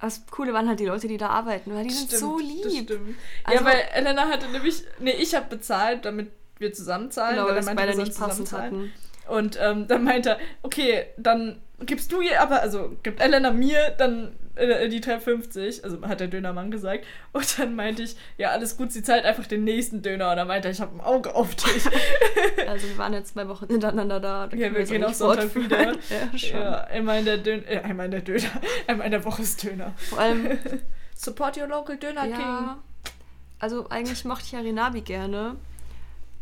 [SPEAKER 1] Das Coole waren halt die Leute, die da arbeiten, weil die sind
[SPEAKER 2] Stimmt,
[SPEAKER 1] so
[SPEAKER 2] Das
[SPEAKER 1] lieb.
[SPEAKER 2] stimmt. ja,
[SPEAKER 1] Also-
[SPEAKER 2] weil Elena hatte nämlich, nee, ich habe bezahlt, damit wir zusammen zahlen,
[SPEAKER 1] Genau,
[SPEAKER 2] weil
[SPEAKER 1] weil
[SPEAKER 2] er
[SPEAKER 1] es
[SPEAKER 2] meinte,
[SPEAKER 1] beide
[SPEAKER 2] wir
[SPEAKER 1] nicht
[SPEAKER 2] sollen zusammen
[SPEAKER 1] passend
[SPEAKER 2] zahlen.
[SPEAKER 1] hatten.
[SPEAKER 2] Und ähm, dann meinte er, okay, dann gibst du ihr aber, also gibt Elena mir dann äh, die 3,50, also hat der Dönermann gesagt. Und dann meinte ich, ja, alles gut, sie zahlt einfach den nächsten Döner. Und dann meinte er, ich habe ein Auge auf dich.
[SPEAKER 1] Also wir waren jetzt zwei Wochen hintereinander da. da
[SPEAKER 2] Ja,
[SPEAKER 1] können
[SPEAKER 2] wir
[SPEAKER 1] jetzt
[SPEAKER 2] gehen
[SPEAKER 1] auch
[SPEAKER 2] auch
[SPEAKER 1] nicht
[SPEAKER 2] Sonntag
[SPEAKER 1] fortführen.
[SPEAKER 2] wieder.
[SPEAKER 1] Ja, schon.
[SPEAKER 2] ja, einmal in der Döner, äh, einmal in der Döner, einmal in der Woche ist Döner.
[SPEAKER 1] Vor allem,
[SPEAKER 2] Support your local Döner
[SPEAKER 1] ja, also eigentlich mochte ich ja Renabi gerne,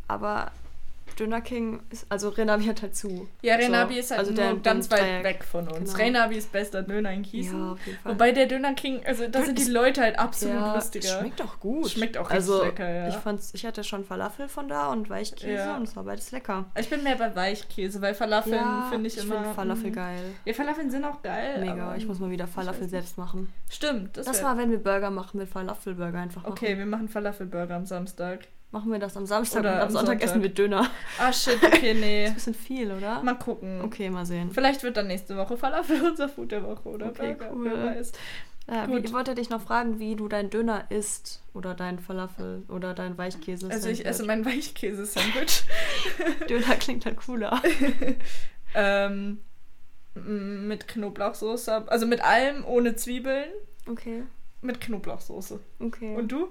[SPEAKER 1] aber Döner King, ist, also Renabi hat halt zu.
[SPEAKER 2] Ja,
[SPEAKER 1] So,
[SPEAKER 2] Renabi ist halt
[SPEAKER 1] also der
[SPEAKER 2] nur
[SPEAKER 1] in
[SPEAKER 2] ganz
[SPEAKER 1] dem
[SPEAKER 2] weit
[SPEAKER 1] Dreieck.
[SPEAKER 2] weg von uns.
[SPEAKER 1] Genau.
[SPEAKER 2] Renabi ist bester Döner in Gießen.
[SPEAKER 1] Ja, auf jeden Fall.
[SPEAKER 2] Wobei der Döner King, also da
[SPEAKER 1] Dön-
[SPEAKER 2] sind die
[SPEAKER 1] ist-
[SPEAKER 2] Leute halt absolut
[SPEAKER 1] ja,
[SPEAKER 2] lustiger.
[SPEAKER 1] Schmeckt auch gut.
[SPEAKER 2] Schmeckt auch
[SPEAKER 1] also,
[SPEAKER 2] richtig lecker, ja.
[SPEAKER 1] Ich, fand's, ich hatte schon Falafel von da und Weichkäse
[SPEAKER 2] Ja.
[SPEAKER 1] und es war beides lecker.
[SPEAKER 2] Ich bin mehr bei Weichkäse, weil Falafeln
[SPEAKER 1] ja,
[SPEAKER 2] finde ich, immer.
[SPEAKER 1] find Falafel
[SPEAKER 2] mm.
[SPEAKER 1] geil.
[SPEAKER 2] Ja, Falafeln sind auch geil.
[SPEAKER 1] Mega,
[SPEAKER 2] aber-
[SPEAKER 1] ich muss mal wieder Falafel
[SPEAKER 2] nicht.
[SPEAKER 1] selbst machen.
[SPEAKER 2] Stimmt, das,
[SPEAKER 1] Das,
[SPEAKER 2] wär-
[SPEAKER 1] war, wenn wir Burger machen, mit Falafelburger einfach machen.
[SPEAKER 2] Okay, wir machen Falafelburger am Samstag.
[SPEAKER 1] Machen wir das am Samstag
[SPEAKER 2] Oder
[SPEAKER 1] und am
[SPEAKER 2] am
[SPEAKER 1] Sonntag,
[SPEAKER 2] Sonntag.
[SPEAKER 1] essen wir Döner.
[SPEAKER 2] Ah, shit, okay,
[SPEAKER 1] Ist
[SPEAKER 2] nee.
[SPEAKER 1] ein bisschen viel, oder?
[SPEAKER 2] Mal gucken.
[SPEAKER 1] Okay, mal sehen.
[SPEAKER 2] Vielleicht wird dann nächste Woche Falafel unser Food der Woche oder
[SPEAKER 1] Okay,
[SPEAKER 2] Burger,
[SPEAKER 1] cool.
[SPEAKER 2] wer weiß.
[SPEAKER 1] Äh,
[SPEAKER 2] gut.
[SPEAKER 1] wie, ich wollte dich noch fragen, wie du deinen Döner isst oder deinen Falafel oder deinen Weichkäse.
[SPEAKER 2] Also ich esse
[SPEAKER 1] Sandwich.
[SPEAKER 2] mein Weichkäse-Sandwich.
[SPEAKER 1] Döner klingt halt cooler.
[SPEAKER 2] ähm, m- mit Knoblauchsoße, also mit allem ohne Zwiebeln,
[SPEAKER 1] Okay,
[SPEAKER 2] mit Knoblauchsoße.
[SPEAKER 1] okay.
[SPEAKER 2] Und du?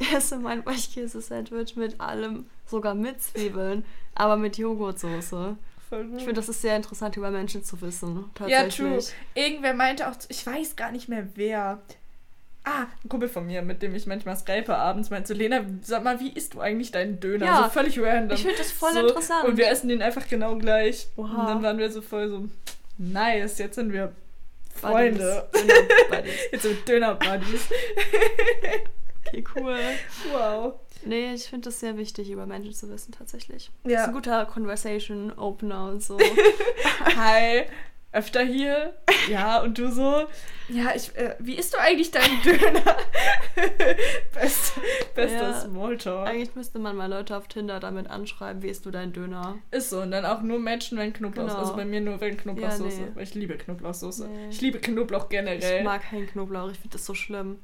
[SPEAKER 1] Ich esse mein Weichkäse-Sandwich mit allem, sogar mit Zwiebeln, aber mit Joghurtsoße.
[SPEAKER 2] Voll gut.
[SPEAKER 1] Ich finde, das ist sehr interessant, über Menschen zu wissen.
[SPEAKER 2] Ja,
[SPEAKER 1] Tatsächlich.
[SPEAKER 2] true. Irgendwer meinte auch, ich weiß gar nicht mehr wer. Ah, ein Kumpel von mir, mit dem ich manchmal skype abends, meinte so, Lena, sag mal, wie isst du eigentlich deinen Döner?
[SPEAKER 1] Ja.
[SPEAKER 2] So völlig random.
[SPEAKER 1] Ich finde das voll
[SPEAKER 2] so,
[SPEAKER 1] interessant.
[SPEAKER 2] Und wir essen den einfach genau gleich.
[SPEAKER 1] Oha.
[SPEAKER 2] Und dann waren wir so voll so, nice, jetzt sind wir
[SPEAKER 1] Buddies.
[SPEAKER 2] Freunde.
[SPEAKER 1] Genau, Buddies.
[SPEAKER 2] Jetzt sind wir Döner-Buddies.
[SPEAKER 1] Okay, cool.
[SPEAKER 2] wow.
[SPEAKER 1] Nee, ich finde das sehr wichtig, über Menschen zu wissen, tatsächlich.
[SPEAKER 2] Ja.
[SPEAKER 1] Ist ein guter Conversation-Opener und so.
[SPEAKER 2] Hi, öfter hier. Ja, und du so? Ja, ich, äh, wie isst du eigentlich deinen Döner? Best, bester
[SPEAKER 1] Ja.
[SPEAKER 2] Smalltalk.
[SPEAKER 1] Eigentlich müsste man mal Leute auf Tinder damit anschreiben, wie isst du deinen Döner?
[SPEAKER 2] Ist so. Und dann auch nur Menschen, wenn Knoblauch.
[SPEAKER 1] Genau.
[SPEAKER 2] Also bei mir nur, wenn Knoblauchsoße.
[SPEAKER 1] Ja, nee.
[SPEAKER 2] Weil ich liebe Knoblauchsoße.
[SPEAKER 1] Nee.
[SPEAKER 2] Ich liebe Knoblauch generell.
[SPEAKER 1] Ich mag keinen Knoblauch, ich finde das so schlimm.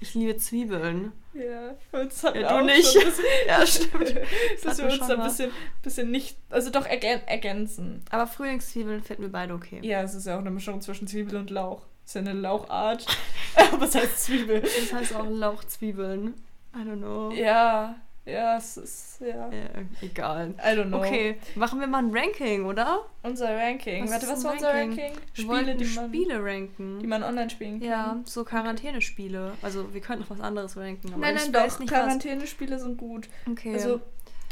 [SPEAKER 1] Ich liebe Zwiebeln.
[SPEAKER 2] Ja, uns hat
[SPEAKER 1] Ja,
[SPEAKER 2] auch
[SPEAKER 1] du nicht.
[SPEAKER 2] Schon, dass,
[SPEAKER 1] Ja, stimmt.
[SPEAKER 2] dass
[SPEAKER 1] hatten
[SPEAKER 2] wir
[SPEAKER 1] wir
[SPEAKER 2] uns
[SPEAKER 1] schon
[SPEAKER 2] da ein
[SPEAKER 1] mal.
[SPEAKER 2] bisschen, bisschen nicht. Also doch ergän ergänzen.
[SPEAKER 1] Aber Frühlingszwiebeln finden wir beide okay.
[SPEAKER 2] Ja, es ist ja auch eine Mischung zwischen Zwiebel und Lauch. Ist ja eine Lauchart. Aber es heißt Zwiebel.
[SPEAKER 1] Das heißt auch Lauchzwiebeln. I don't know.
[SPEAKER 2] Ja, ja, es ist. Ja.
[SPEAKER 1] Äh, egal.
[SPEAKER 2] I don't know.
[SPEAKER 1] Okay, machen wir mal ein Ranking, oder?
[SPEAKER 2] Unser Ranking.
[SPEAKER 1] Was
[SPEAKER 2] Warte,
[SPEAKER 1] ist
[SPEAKER 2] was
[SPEAKER 1] ein
[SPEAKER 2] war unser
[SPEAKER 1] Ranking?
[SPEAKER 2] Ranking?
[SPEAKER 1] Wir
[SPEAKER 2] Spiele,
[SPEAKER 1] wollten
[SPEAKER 2] die man,
[SPEAKER 1] Spiele ranken.
[SPEAKER 2] die man online spielen kann.
[SPEAKER 1] ja, so Quarantänespiele. Also wir könnten noch was anderes ranken, aber
[SPEAKER 2] Nein,
[SPEAKER 1] ich
[SPEAKER 2] nein,
[SPEAKER 1] weiß
[SPEAKER 2] doch.
[SPEAKER 1] nicht
[SPEAKER 2] Quarantänespiele sind gut.
[SPEAKER 1] was. Okay.
[SPEAKER 2] Also,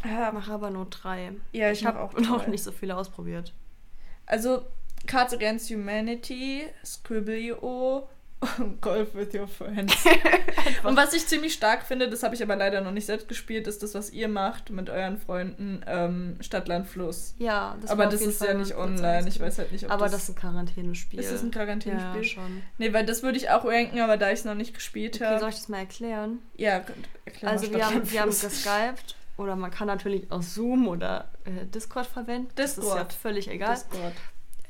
[SPEAKER 2] ja,
[SPEAKER 1] mach aber nur drei.
[SPEAKER 2] ja ich,
[SPEAKER 1] hab
[SPEAKER 2] habe auch
[SPEAKER 1] noch
[SPEAKER 2] drei.
[SPEAKER 1] nicht so viele ausprobiert.
[SPEAKER 2] Also Cards Against Humanity, Scribblio und Golf with Your Friends. und was ich ziemlich stark finde, das habe ich aber leider noch nicht selbst gespielt, ist das, was ihr macht mit euren Freunden ähm, Stadt, Land, Fluss.
[SPEAKER 1] Ja, das
[SPEAKER 2] aber
[SPEAKER 1] war auf
[SPEAKER 2] das
[SPEAKER 1] jeden
[SPEAKER 2] ist
[SPEAKER 1] Fall
[SPEAKER 2] ja
[SPEAKER 1] ein
[SPEAKER 2] nicht
[SPEAKER 1] Platz
[SPEAKER 2] online.
[SPEAKER 1] eins.
[SPEAKER 2] Ich weiß halt nicht, ob
[SPEAKER 1] aber das
[SPEAKER 2] das.
[SPEAKER 1] ist ein Quarantänespiel.
[SPEAKER 2] ist das ein Quarantänespiel?
[SPEAKER 1] Ja, schon.
[SPEAKER 2] nee, weil das würde ich auch ranken, aber da ich es noch nicht gespielt
[SPEAKER 1] Okay, soll
[SPEAKER 2] habe.
[SPEAKER 1] ich das mal erklären?
[SPEAKER 2] Ja, könnt- erklär mal
[SPEAKER 1] also wir
[SPEAKER 2] Stadt,
[SPEAKER 1] haben,
[SPEAKER 2] Land,
[SPEAKER 1] wir haben
[SPEAKER 2] Fluss.
[SPEAKER 1] geskypt oder man kann natürlich auch Zoom oder äh, Discord verwenden. Das ist ja
[SPEAKER 2] Discord.
[SPEAKER 1] völlig egal.
[SPEAKER 2] Discord.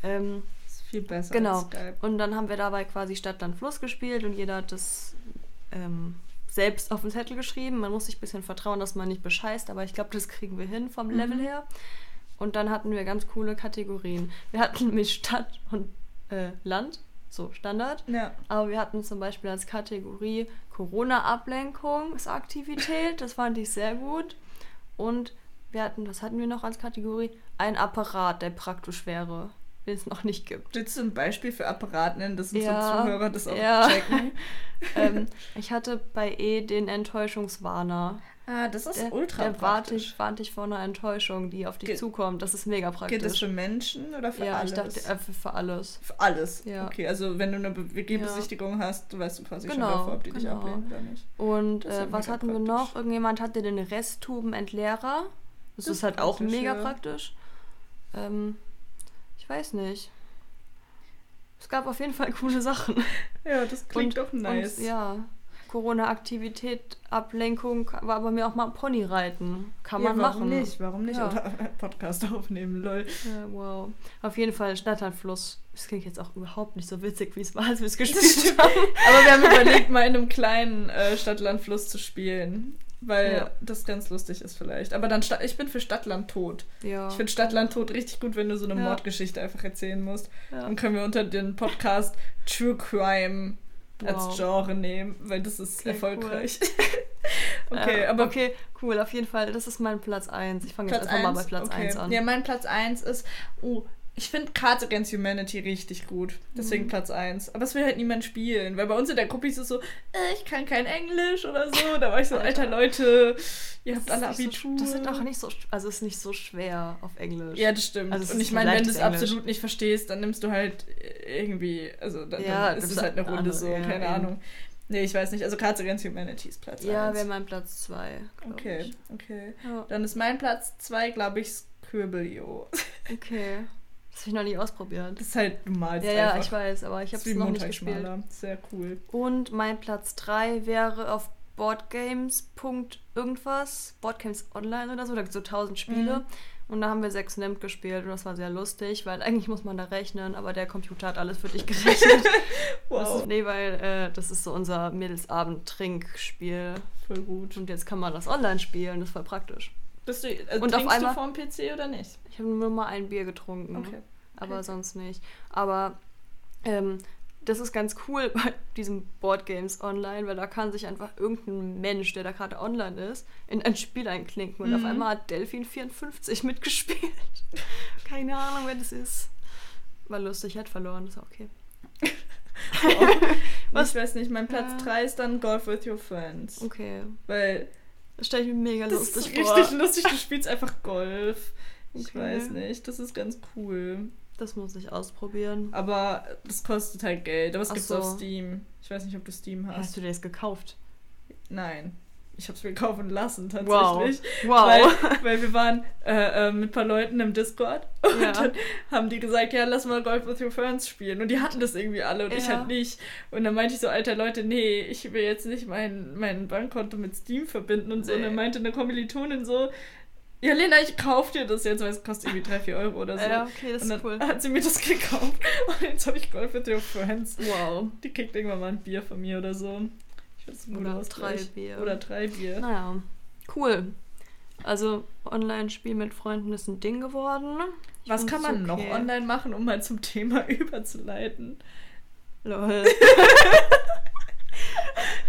[SPEAKER 1] Ähm,
[SPEAKER 2] Ist viel besser als
[SPEAKER 1] genau.
[SPEAKER 2] Skype.
[SPEAKER 1] Und dann haben wir dabei quasi Stadt, Land, Fluss gespielt und jeder hat das ähm, selbst auf den Zettel geschrieben. Man muss sich ein bisschen vertrauen, dass man nicht bescheißt, aber ich glaube, das kriegen wir hin vom Level her. Und dann hatten wir ganz coole Kategorien. Wir hatten mit Stadt und äh, Land, so Standard.
[SPEAKER 2] Ja.
[SPEAKER 1] Aber wir hatten zum Beispiel als Kategorie Corona-Ablenkungsaktivität. Das fand ich sehr gut. Und wir hatten, was hatten wir noch als Kategorie? Ein Apparat, der praktisch wäre, den es noch nicht gibt.
[SPEAKER 2] Willst du ein Beispiel für Apparat nennen, dass unsere
[SPEAKER 1] Ja,
[SPEAKER 2] Zuhörer das auch
[SPEAKER 1] ja.
[SPEAKER 2] checken?
[SPEAKER 1] ähm, ich hatte bei E den Enttäuschungswarner.
[SPEAKER 2] Ah, das ist
[SPEAKER 1] Der,
[SPEAKER 2] ultra
[SPEAKER 1] der warnt
[SPEAKER 2] praktisch.
[SPEAKER 1] dich, warnt dich vor einer Enttäuschung, die auf dich
[SPEAKER 2] Ge-
[SPEAKER 1] zukommt. Das ist mega praktisch.
[SPEAKER 2] Gilt das für Menschen oder für
[SPEAKER 1] ja,
[SPEAKER 2] alles?
[SPEAKER 1] ich dachte, äh, für, für alles.
[SPEAKER 2] für alles.
[SPEAKER 1] Ja.
[SPEAKER 2] Okay, also wenn du eine Be- WG-Besichtigung hast, weißt du quasi schon
[SPEAKER 1] Genau,
[SPEAKER 2] davor, ob die dich
[SPEAKER 1] genau.
[SPEAKER 2] ablehnen oder nicht.
[SPEAKER 1] Und
[SPEAKER 2] Das ist ja
[SPEAKER 1] äh, was
[SPEAKER 2] mega
[SPEAKER 1] hatten wir
[SPEAKER 2] praktisch.
[SPEAKER 1] noch? Irgendjemand hatte den Resttubenentleerer. Das,
[SPEAKER 2] Das
[SPEAKER 1] ist
[SPEAKER 2] ist
[SPEAKER 1] halt auch
[SPEAKER 2] praktisch,
[SPEAKER 1] mega
[SPEAKER 2] ja.
[SPEAKER 1] praktisch. Ähm, ich weiß nicht. Es gab auf jeden Fall coole Sachen.
[SPEAKER 2] Ja, das klingt
[SPEAKER 1] Und-
[SPEAKER 2] doch nice.
[SPEAKER 1] Und, ja. Corona-Aktivität, Ablenkung, war bei mir auch mal Ponyreiten. Kann man
[SPEAKER 2] ja, warum
[SPEAKER 1] machen.
[SPEAKER 2] nicht? Warum nicht?
[SPEAKER 1] Ja.
[SPEAKER 2] Oder Podcast aufnehmen, lol.
[SPEAKER 1] Ja, wow. Auf jeden Fall Stadtlandfluss. Das klingt jetzt auch überhaupt nicht so witzig, wie es war, als wir es
[SPEAKER 2] Das
[SPEAKER 1] gespielt
[SPEAKER 2] stimmt.
[SPEAKER 1] haben.
[SPEAKER 2] Aber wir haben überlegt, mal in einem kleinen äh, Stadtland-Fluss zu spielen. Weil
[SPEAKER 1] Ja.
[SPEAKER 2] das ganz lustig ist vielleicht. Aber dann, Sta- ich bin für Stadtland tot.
[SPEAKER 1] Ja.
[SPEAKER 2] Ich finde Stadtland tot richtig gut, wenn du so eine
[SPEAKER 1] Ja.
[SPEAKER 2] Mordgeschichte einfach erzählen musst.
[SPEAKER 1] ja.
[SPEAKER 2] Dann können wir unter den Podcast True Crime als
[SPEAKER 1] Wow.
[SPEAKER 2] Genre nehmen, weil das ist
[SPEAKER 1] Okay,
[SPEAKER 2] erfolgreich. okay,
[SPEAKER 1] Ja,
[SPEAKER 2] aber
[SPEAKER 1] Äh, Ähm, Okay, cool. Auf jeden Fall, das ist mein Platz 1. Ich fange jetzt
[SPEAKER 2] Platz
[SPEAKER 1] einfach mal bei
[SPEAKER 2] 1.
[SPEAKER 1] Platz
[SPEAKER 2] okay.
[SPEAKER 1] 1 an.
[SPEAKER 2] Ja, mein Platz 1 ist, oh, Ich finde Cards Against Humanity richtig gut.
[SPEAKER 1] Mhm.
[SPEAKER 2] Deswegen Platz 1. Aber es will halt niemand spielen. Weil bei uns in der Gruppe ist es so, äh, ich kann kein Englisch oder so. Da war ich so, alter
[SPEAKER 1] Alter.
[SPEAKER 2] Leute, ihr habt
[SPEAKER 1] Das ist
[SPEAKER 2] alle
[SPEAKER 1] nicht
[SPEAKER 2] Abitur.
[SPEAKER 1] So, das sind auch nicht so, sch- also es ist nicht so schwer auf Englisch.
[SPEAKER 2] Ja, das stimmt.
[SPEAKER 1] Also es
[SPEAKER 2] und
[SPEAKER 1] ist
[SPEAKER 2] ich meine, wenn du
[SPEAKER 1] leichtes
[SPEAKER 2] es
[SPEAKER 1] Englisch.
[SPEAKER 2] absolut nicht verstehst, dann nimmst du halt irgendwie, also dann,
[SPEAKER 1] Ja,
[SPEAKER 2] dann ist
[SPEAKER 1] nimmst
[SPEAKER 2] es halt eine
[SPEAKER 1] eine
[SPEAKER 2] Runde
[SPEAKER 1] andere,
[SPEAKER 2] so,
[SPEAKER 1] ja,
[SPEAKER 2] keine
[SPEAKER 1] eben.
[SPEAKER 2] Ahnung. Nee, ich weiß nicht. Also Cards Against Humanity ist Platz 1.
[SPEAKER 1] ja wäre mein Platz 2.
[SPEAKER 2] Okay, okay.
[SPEAKER 1] Ja,
[SPEAKER 2] Dann ist mein Platz 2, glaube ich, Scribblio.
[SPEAKER 1] okay. Das habe ich noch nie ausprobiert.
[SPEAKER 2] Das ist halt, du malst
[SPEAKER 1] Ja, ja, ich
[SPEAKER 2] einfach.
[SPEAKER 1] weiß, aber ich
[SPEAKER 2] Das
[SPEAKER 1] habe es
[SPEAKER 2] ist wie halt
[SPEAKER 1] noch nicht gespielt.
[SPEAKER 2] Montagsmaler. Sehr cool.
[SPEAKER 1] Und mein Platz 3 wäre auf Boardgames. irgendwas, Boardgames Online oder so, da gibt es so 1000 Spiele.
[SPEAKER 2] Mhm.
[SPEAKER 1] Und da haben wir sechs Nimmt gespielt und das war sehr lustig, weil eigentlich muss man da rechnen, aber der Computer hat alles für dich gerechnet. das
[SPEAKER 2] Wow,
[SPEAKER 1] ist, nee, weil äh, das ist so unser Mädelsabend-Trinkspiel.
[SPEAKER 2] voll gut.
[SPEAKER 1] Und jetzt kann man das online spielen, das ist voll praktisch.
[SPEAKER 2] Bist du, also
[SPEAKER 1] Und auf
[SPEAKER 2] trinkst
[SPEAKER 1] einmal-
[SPEAKER 2] du vorm PC oder nicht?
[SPEAKER 1] Ich habe nur mal ein Bier getrunken. aber
[SPEAKER 2] Okay.
[SPEAKER 1] sonst nicht. Aber ähm, das ist ganz cool bei diesen Boardgames online, weil da kann sich einfach irgendein Mensch, der da gerade online ist, in ein Spiel einklinken. Und auf
[SPEAKER 2] Mhm.
[SPEAKER 1] einmal hat Delfin 54 mitgespielt. Keine Ahnung, wer das ist. War lustig, hat verloren, ist auch okay.
[SPEAKER 2] Was?
[SPEAKER 1] Was?
[SPEAKER 2] Ich weiß nicht, mein Platz
[SPEAKER 1] Ja. Oh.
[SPEAKER 2] 3 ist dann Golf with Your Friends.
[SPEAKER 1] Okay.
[SPEAKER 2] Weil
[SPEAKER 1] Das stelle ich mir mega
[SPEAKER 2] das ist
[SPEAKER 1] lustig
[SPEAKER 2] richtig
[SPEAKER 1] Also vor.
[SPEAKER 2] lustig, du spielst einfach Golf. Ich
[SPEAKER 1] Okay.
[SPEAKER 2] weiß nicht, das ist ganz cool.
[SPEAKER 1] Das muss ich
[SPEAKER 2] Ah.
[SPEAKER 1] ausprobieren.
[SPEAKER 2] Aber das kostet halt Geld. Aber es
[SPEAKER 1] Ach
[SPEAKER 2] gibt's
[SPEAKER 1] so.
[SPEAKER 2] auf Steam. Ich weiß nicht, ob du Steam
[SPEAKER 1] Hast
[SPEAKER 2] hast.
[SPEAKER 1] du dir das gekauft?
[SPEAKER 2] Nein. Ich hab's mir kaufen lassen,
[SPEAKER 1] Wow.
[SPEAKER 2] tatsächlich.
[SPEAKER 1] Wow.
[SPEAKER 2] Weil, weil wir waren äh, äh, mit ein paar Leuten im Discord und
[SPEAKER 1] Ja.
[SPEAKER 2] dann haben die gesagt, ja, lass mal Golf with your Friends spielen. Und die hatten das irgendwie alle und ich
[SPEAKER 1] Ja.
[SPEAKER 2] halt nicht. Und dann meinte ich so, alter Leute, nee, ich will jetzt nicht mein, mein Bankkonto mit Steam verbinden und so. Und dann
[SPEAKER 1] Nee. meinte
[SPEAKER 2] meinte eine Kommilitonin so, ja, Lena, ich kauf dir das jetzt, weil es kostet irgendwie 3, 4 Euro oder so.
[SPEAKER 1] Ja, okay, das
[SPEAKER 2] Also, und dann
[SPEAKER 1] ist cool.
[SPEAKER 2] hat sie mir das gekauft und jetzt habe ich Golf with your Friends.
[SPEAKER 1] Wow.
[SPEAKER 2] Die kriegt irgendwann mal ein Bier von mir oder so. Ich weiß, ein guter
[SPEAKER 1] Oder
[SPEAKER 2] Ausgleich.
[SPEAKER 1] drei Bier.
[SPEAKER 2] Oder drei Bier.
[SPEAKER 1] Naja, cool. Also Online-Spiel mit Freunden ist ein Ding geworden. Ich
[SPEAKER 2] Was
[SPEAKER 1] find's
[SPEAKER 2] kann man
[SPEAKER 1] okay.
[SPEAKER 2] noch online machen, um mal zum Thema überzuleiten?
[SPEAKER 1] Lol.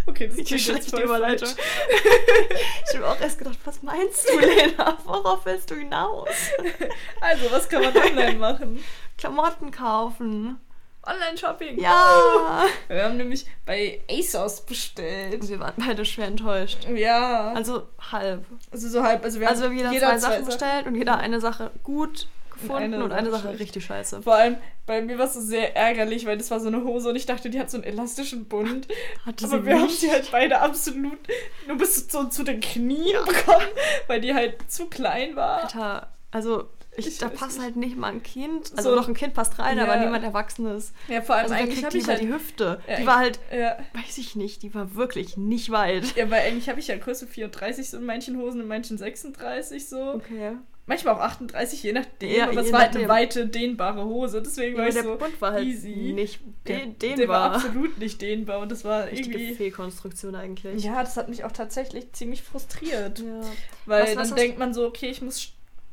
[SPEAKER 2] Okay, das
[SPEAKER 1] Die
[SPEAKER 2] klingt jetzt
[SPEAKER 1] schlechte
[SPEAKER 2] voll
[SPEAKER 1] Überleitung.
[SPEAKER 2] falsch.
[SPEAKER 1] ich habe auch erst gedacht, was meinst du, Lena? Worauf willst du hinaus?
[SPEAKER 2] Also, was kann man online machen?
[SPEAKER 1] Klamotten kaufen.
[SPEAKER 2] Online-Shopping.
[SPEAKER 1] Ja.
[SPEAKER 2] Wir haben nämlich bei ASOS bestellt.
[SPEAKER 1] Wir waren beide schwer enttäuscht.
[SPEAKER 2] Ja. Also,
[SPEAKER 1] Also halb.
[SPEAKER 2] so halb. Also, wir
[SPEAKER 1] Also
[SPEAKER 2] haben
[SPEAKER 1] jeder, zwei Sachen bestellt und jeder eine Sache gut gefunden
[SPEAKER 2] eine
[SPEAKER 1] und eine
[SPEAKER 2] Sache
[SPEAKER 1] Sache
[SPEAKER 2] schlecht.
[SPEAKER 1] richtig scheiße.
[SPEAKER 2] Vor allem, bei mir war es so sehr ärgerlich, weil das war so eine Hose und ich dachte, die hat so einen elastischen Bund.
[SPEAKER 1] Hatte
[SPEAKER 2] Aber
[SPEAKER 1] sie
[SPEAKER 2] wir haben
[SPEAKER 1] nicht.
[SPEAKER 2] sie halt beide absolut nur bis zu, zu den Knien bekommen, weil die halt zu klein war.
[SPEAKER 1] Alter, also ich,
[SPEAKER 2] Ich
[SPEAKER 1] da
[SPEAKER 2] weiß
[SPEAKER 1] passt
[SPEAKER 2] nicht.
[SPEAKER 1] halt nicht mal ein Kind. Also
[SPEAKER 2] So.
[SPEAKER 1] doch ein Kind passt rein, aber
[SPEAKER 2] Ja.
[SPEAKER 1] niemand Erwachsenes.
[SPEAKER 2] Ja, vor allem
[SPEAKER 1] Also da
[SPEAKER 2] eigentlich
[SPEAKER 1] kriegt
[SPEAKER 2] habe ich
[SPEAKER 1] lieber
[SPEAKER 2] halt...
[SPEAKER 1] die Hüfte.
[SPEAKER 2] Ja,
[SPEAKER 1] die war halt,
[SPEAKER 2] ja.
[SPEAKER 1] weiß ich nicht, die war wirklich nicht weit.
[SPEAKER 2] Ja, weil eigentlich habe ich ja Größe 34 so in manchen Hosen und manchen 36 so.
[SPEAKER 1] Okay.
[SPEAKER 2] Manchmal auch 38, je nachdem.
[SPEAKER 1] Ja,
[SPEAKER 2] aber es
[SPEAKER 1] je
[SPEAKER 2] war halt
[SPEAKER 1] nachdem.
[SPEAKER 2] eine weite, dehnbare Hose. Deswegen war
[SPEAKER 1] Ja,
[SPEAKER 2] ich
[SPEAKER 1] der
[SPEAKER 2] so.
[SPEAKER 1] Bund war halt
[SPEAKER 2] easy.
[SPEAKER 1] nicht
[SPEAKER 2] Der-
[SPEAKER 1] de den
[SPEAKER 2] der war
[SPEAKER 1] war.
[SPEAKER 2] absolut nicht dehnbar und das war
[SPEAKER 1] Richtige
[SPEAKER 2] irgendwie.
[SPEAKER 1] Fehlkonstruktion eigentlich.
[SPEAKER 2] Ja, das hat mich auch tatsächlich ziemlich frustriert.
[SPEAKER 1] Ja. Was-
[SPEAKER 2] Weil
[SPEAKER 1] was
[SPEAKER 2] dann
[SPEAKER 1] hast
[SPEAKER 2] denkt man so, okay, ich muss